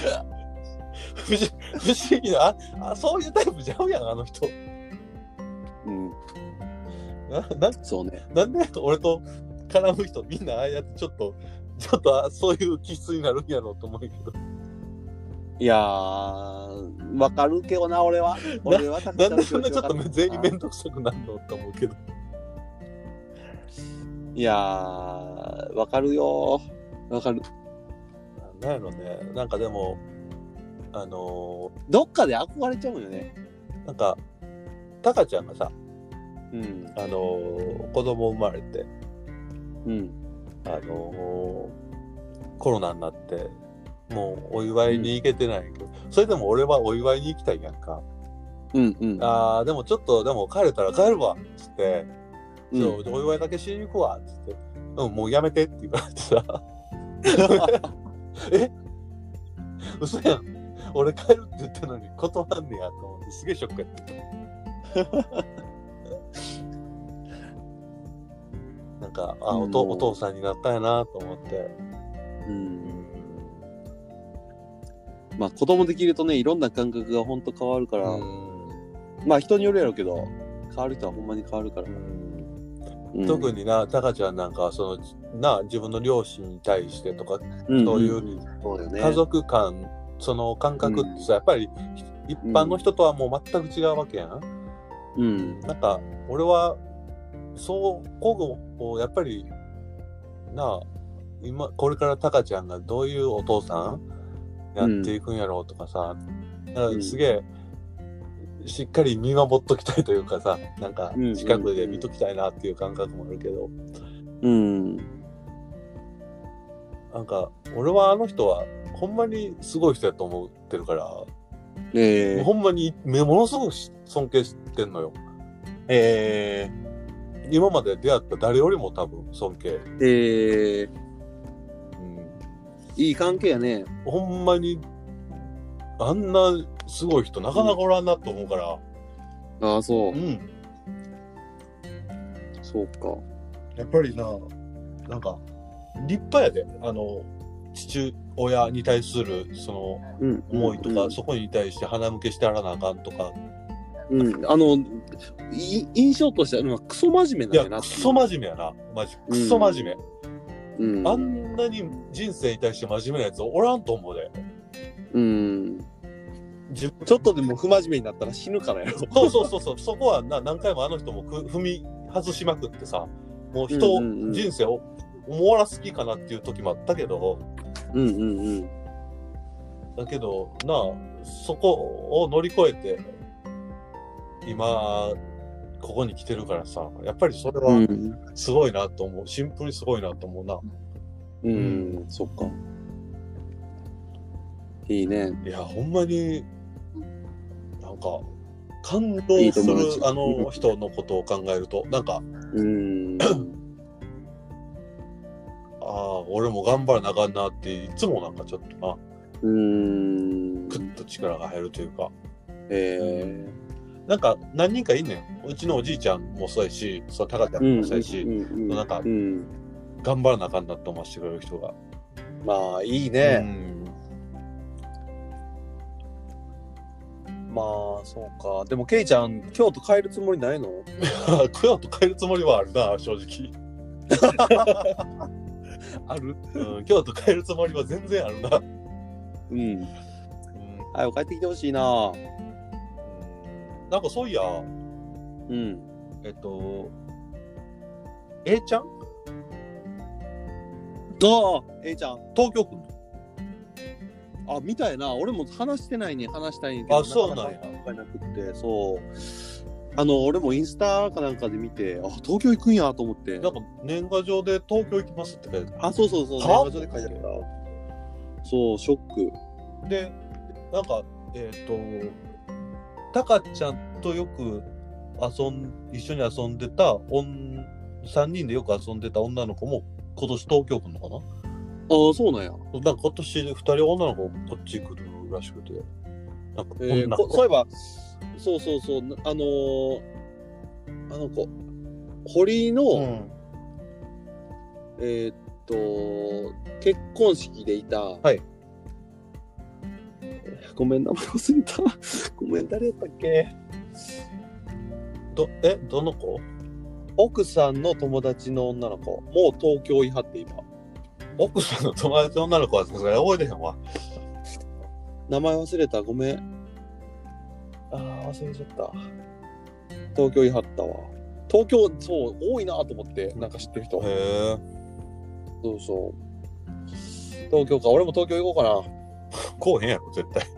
不思不思議なああそういうタイプちゃうやんあの人うんななそうね。なんで俺と絡む人みんなああやってちょっとちょっとあそういう気質になるんやろうと思うけどいやー、わかるけどな、俺は。俺は高なん田ので気そん持なちちょっわとかる全員めんどくさくなるのと思うけど。いやー、わかるよー。わかる。なんやろね。なんかでも、あのどっかで憧れちゃうよね。ーなんか、タカちゃんがさ、うん。あのー子供生まれて、うん。あのーコロナになって、もうお祝いに行けてないけど、それでも俺はお祝いに行きたいやんか。うんうん。あーでもちょっと、でも帰れたら帰るわ、つって、うんそうお祝いだけしに行くわ、つって、うん、もうやめてって言われて さ、え嘘やん。俺帰るって言ったのに断んねやと思って、すげえショックやった。 なんか、あ、おとうんお父さんになったんやなと思って。うんまあ子供できるとねいろんな感覚がほんと変わるから、まあ人によるやろうけど変わる人はほんまに変わるから、うん特にな、タカちゃんなんかはそのな自分の両親に対してとかそういうんんそうよね家族間、その感覚ってさ、やっぱり一般の人とはもう全く違うわけやん。うんなんか俺はそうこうこうやっぱりなあ今これからタカちゃんがどういうお父さんやっていくんやろうとかさ、なんかすげえ、しっかり見守っときたいというかさなんかうん近くで見ときたいなっていう感覚もあるけど、うんなんか俺はあの人はほんまにすごい人やと思ってるから、ええほんまにめものすごく尊敬してんのよ。え今まで出会った誰よりも多分尊敬。ええうん、いい関係やねほんまにあんなすごい人なかなかおらんなと思うから。ああそううん。そうかやっぱりな、なんか立派やで。あの、父親に対するそのうん思いとか、そこに対して鼻向けしてあらなあかんとか。うん、うんあのい印象としてはまあクソ真面い目なや、んやなクソ真面目やな。マジ。クソ真面目。目、うん、あんなに人生に対して真面目なやつおらんと思うで。うん自分ちょっとでも不真面目になったら死ぬからやろそうそうそうそう、そこはな何回もあの人もく踏み外しまくってさ、もう人を、うんうんうん人生を終わらす気かなっていう時もあったけど、うんうんうんだけどなあ、そこを乗り越えて、今、ここに来てるからさ、やっぱりそれうはんすごいなと思う。シンプルにすごいなと思うな。うん、そっか。いいね。いや、ほんまに、なんか、感動いいす友る達あの人のことを考えると、なんか、 うん。ああ、俺も頑張らなあかんなって、いつもなんかちょっとな、うん。ぐっと力が入るというか、えなんか何人かいんねん。うちのおじいちゃんもそうやし、そう、高ちゃー。んもそうやし、うんなんかうん。頑張らなあかんなって思わせてくれる人が。まあ、いいえうね。ん。 まあ、そうか。でも、ケイちゃん、京都帰るつもりないのクヤと変えるつもりはあるな、正直。あるうん、京都変えるつもりは全然あるな。うん。うん早く帰ってきてほしいな。なんかそういや、うん。えっと、A ちゃんどうえいちゃん。東京区あ、みたいな。俺も話してないね。話したいんやけど。あそうなんやかか会えなくって、そう。あの、俺もインスタかなんかで見て、あ、東京行くんやと思って。なんか年賀状で東京行きますって書いてああ、そうそうそう。は年賀状で書いてあるから。そう、ショック。るで、なんか、えっ、と、タカちゃんとよく遊ん、一緒に遊んでた、おん3人でよく遊んでた女の子も今年東京来るのかなああ、そうなんや。なんか今年2人女の子こっち来るらしくて。なんか、えー女のこ子そういえば、そうそうそう、なあのーあの子、堀井の、うんえーっと、結婚式でいた、いごめん、名前忘れた。 ごめん、誰やったっけどえ、どの子奥さんの友達の女の子、もう東京いはって今。奥さんの友達の女の子はさすがに覚えてへんわ。名前忘れた、ごめん。ああ、忘れちゃった。東京いはったわ。東京、そう、多いなと思って、なんか知ってるへ人。え。そうそう。東京か。俺も東京行こうかこうへんやろ、絶対。な。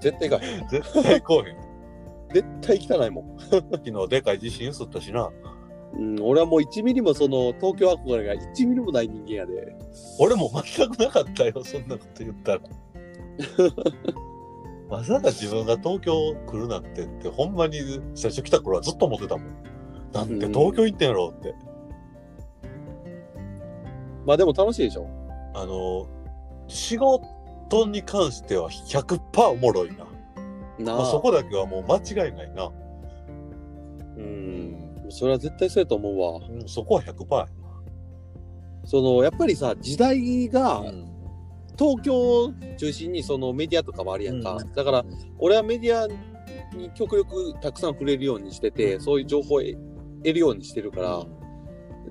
絶対行かへん。絶対こうへん。 絶対汚いもん。昨日でかい地震すったしな。うん、俺はもう1ミリもその東京憧れが1ミリもない人間やで。俺も全くなかったよ、そんなこと言 ったら。まさか自分が東京来るなんてって、ほんまに最初来た頃はずっと思ってたもん。なんで東京行ってんやろうって。まあでも楽しいでしょ。あの、仕事に関しては100%おもろいな。なまあ、そこだけはもう間違いないな。うん。それは絶対そうやと思うわ。うんそこは100%やそのやっぱりさ、時代がな。うん東京を中心にそのメディアとかもあるやんか。うんだから俺はメディアに極力たくさん触れるようにしてて、そういう情報を得得るようにしてるから、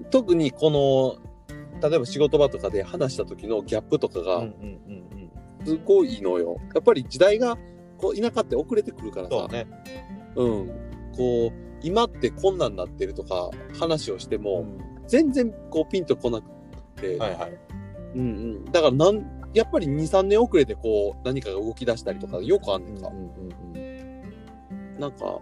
特にこの、例えば仕事場とかで話した時のギャップとかうんうがんうんすごいのよ。やっぱり時代がこう田舎って遅れてくるからうん。さ。そうね。うん、こう今ってこんなんなってるとか話をしてうもん全然こうピンとこなくて、はいはい。うんうん、だからなんやっぱり23年遅れてこう何かが動き出したりとかよくあんねんか、なんか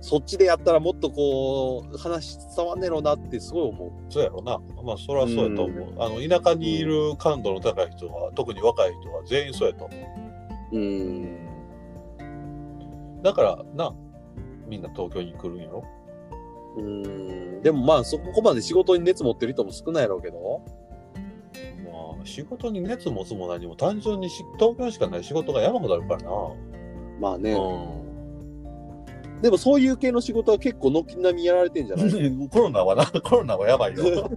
そっちでやったらもっとこう話伝わんねえろなってすごい思そうやろな。まあ、それはそうやと思う。うあの、田舎にいる感度の高い人は、特に若い人は全員そうやと思ううんう。だから、な、みんな東京に来るんやろ。うんでもまあそこまで仕事に熱持ってる人も少ないやろうけどまあ、仕事に熱持つも何も、単純にし東京にしかない仕事が山ほどあるからな。まあね、うでもそういう系の仕事は結構軒並みやられてんじゃ ないん。 コロナはな、コロナはやばい よ。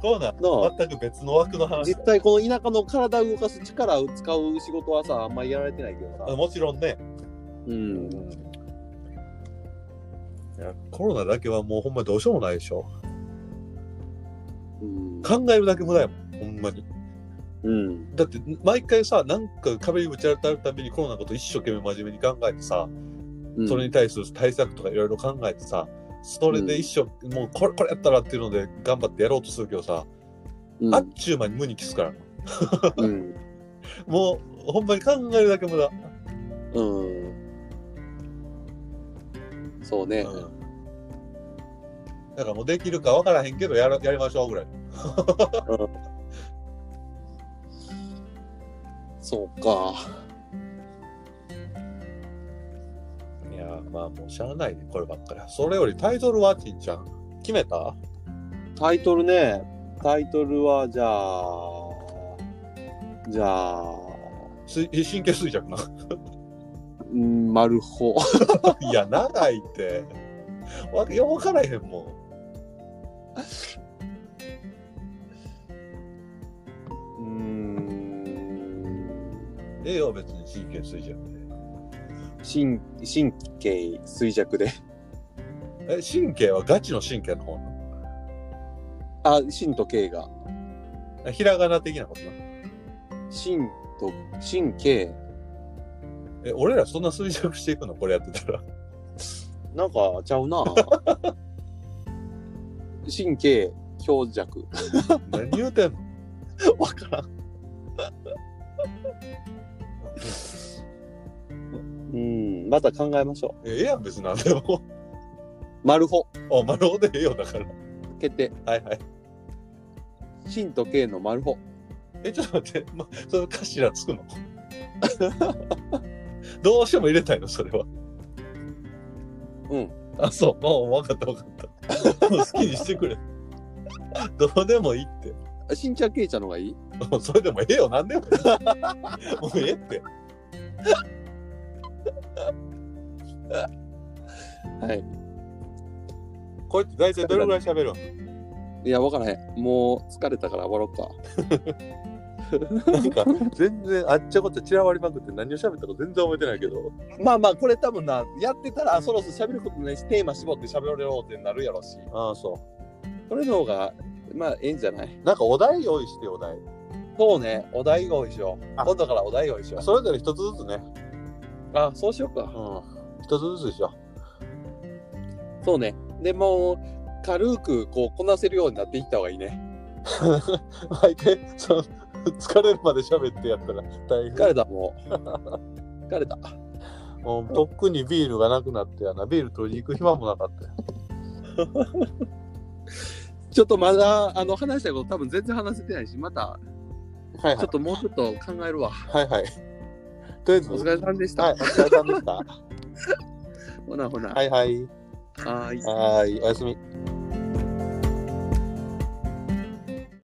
コロナ、なあ全く別の枠の話実。際この田舎の体を動かす力を使う仕事はさあんまりやられてないけどさ、もちろんね、うん、いやコロナだけはもうほんまどうしようもないでしょ。うん考えるだけ無駄やもん、ほんまに。うんだって毎回さなんか壁にぶち当たるたびにコロナのこと一生懸命真面目に考えてさ、うんそれに対する対策とかいろいろ考えてさそれで一生、もうこれこれやったらっていうので頑張ってやろうとするけどさ、うんあっちゅう間に無に帰すからなうんもうほんまに考えるだけ無駄、うんそうね、うんだからもうできるか分からへんけどやらやりましょうぐらいそうかいやまあもうしゃあないねこればっかりそれよりタイトルはちんちゃん決めたタイトルねタイトルはじゃあじゃあす神経衰 弱なうんマル ホいや、長いって。わけよくわからへんもん。うんええよ、別に神経衰弱神神経衰弱でで。え、神経はガチの神経の方なのあ神と経がえひらがな的なことなの神と神経え、俺らそんな衰弱していくのこれやって たら。なんかちゃう な神経強弱何言うてんのわからんうんまた考えましょええやん、別になんでも。うマルホあ、なるほどええよ、だから。決定はいはい。神と経のマルホえ、ちょっと待って、ま、その頭つくの どうしても入れたいの、それは。うん。あ、そう。もう分かった分かった。もう好きにしてくれ。どうでもいいって。あしんちゃんけいちゃんの方がいいもうそれでもええよ、なんでもええ。もうええって。はいこいつ大体どれぐらい喋るんいやわからへんもう疲れたから終わろうかなんか、全然あっちゃこっちゃ散らばりまくって何を喋ったか全然覚えてないけど。まあまあこれ多分なやってたらそろそろ喋ることないしテーマ絞って喋ろうってなるやろしああ、そ。それの方がまあええんじゃないうなんかお題用意して、お題。そうね、お題用意しよう。あ今度からお題用意しよう。それぞれ一つずつね。あ、そうしようか。うん。一つずつでしょ。 そうね。でもう、軽くこうこなせるようになっていった方がいいね。毎回、その、疲れるまで喋ってやったら大変。 疲れた、もう。疲れた。もうとっくにビールがなくなってやなビール取りに行く暇もなかったよちょっとまだあの話したいこと多分全然話せてないしまたはいちょっともうちょっと考えるわはいはいとりあえずお疲れさんでした、はいお疲れさんでしたほなほなはいはいはーいはいおやすみ